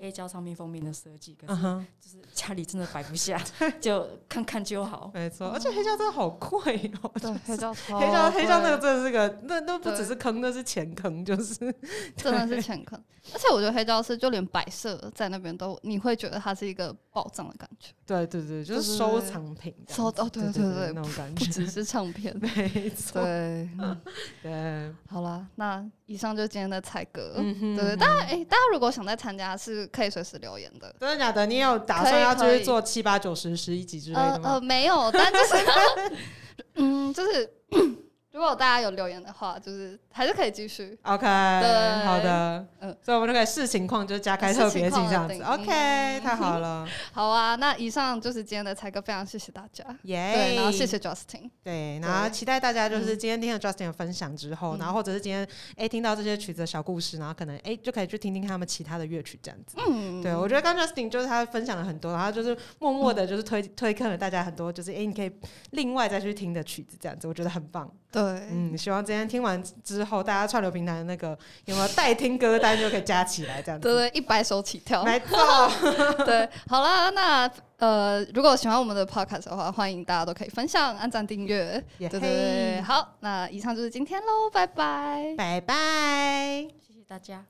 Speaker 3: 黑胶唱片封面的设计，可
Speaker 1: 嗯
Speaker 3: 是
Speaker 1: 哼，
Speaker 3: 就是家里真的摆不下， 就看看就好。
Speaker 1: 没错，而且黑胶真的好贵 哦、
Speaker 2: 对，黑胶超
Speaker 1: 黑胶
Speaker 2: 贵
Speaker 1: 黑胶那个 真的是个，那那不
Speaker 2: 对
Speaker 1: 只是坑，那是钱坑，就是
Speaker 2: 真的是浅坑，而且我觉得黑胶是就连摆设在那边都，你会觉得它是一个宝藏的感 觉，
Speaker 1: 对对对，就
Speaker 2: 对
Speaker 1: 是
Speaker 2: 对
Speaker 1: 收
Speaker 2: 对
Speaker 1: 藏品这
Speaker 2: 收
Speaker 1: 样子，
Speaker 2: 哦对
Speaker 1: 对
Speaker 2: 对对
Speaker 1: 那种感
Speaker 2: 不
Speaker 1: 觉，。
Speaker 2: 只是唱片
Speaker 1: 没错，
Speaker 2: 对，嗯
Speaker 1: 对，
Speaker 2: 好啦，那以上就今天的猜歌。
Speaker 1: 嗯哼
Speaker 2: 对对，大家哎、大家如果想再参加，是可以随时留言的。
Speaker 1: 真的假的？你有打
Speaker 2: 可以
Speaker 1: 算要就
Speaker 2: 可
Speaker 1: 是
Speaker 2: 以
Speaker 1: 做七八九十十一集之类
Speaker 2: 呃
Speaker 1: 的吗
Speaker 2: 呃，？没有，但就是 嗯，就是如果大家有留言的话，就是还是可以继续。
Speaker 1: OK，
Speaker 2: 呃对
Speaker 1: 好的，
Speaker 2: 嗯
Speaker 1: 所以我们就可以视情况，就是加开特别季这样
Speaker 2: 视
Speaker 1: 子。
Speaker 2: 情况的
Speaker 1: OK，、
Speaker 2: 定义
Speaker 1: 太好 了，
Speaker 2: 好啊，那以上就是今天的猜歌，非常谢谢大家。对，
Speaker 1: 耶、
Speaker 2: 然后谢谢 Justin。
Speaker 1: 对，然后期待大家就是今天听了 Justin 的分享之后，
Speaker 2: 嗯
Speaker 1: 然后或者是今天哎听到这些曲子的小故事，然后可能哎就可以去听听他们其他的乐曲这样子。
Speaker 2: 嗯，
Speaker 1: 对，啊我觉得刚刚 Justin 就是他分享了很多，然后就是默默的就是推、推坑了大家很多，就是哎你可以另外再去听的曲子这样子，我觉得很棒。
Speaker 2: 对，
Speaker 1: 嗯，希望今天听完之后，大家串流平台的那个有没有待听歌单就可以加起来这样
Speaker 2: 对哦
Speaker 1: 子。
Speaker 2: 对，一百首起跳。
Speaker 1: 没错，
Speaker 2: 对，好啦，那呃，如果喜欢我们的 podcast 的话，欢迎大家都可以分享、按赞、订阅。
Speaker 1: 也
Speaker 2: 对对
Speaker 1: 嘿
Speaker 2: 对，好，那以上就是今天喽，拜拜。
Speaker 1: 拜拜。
Speaker 3: 谢谢大家。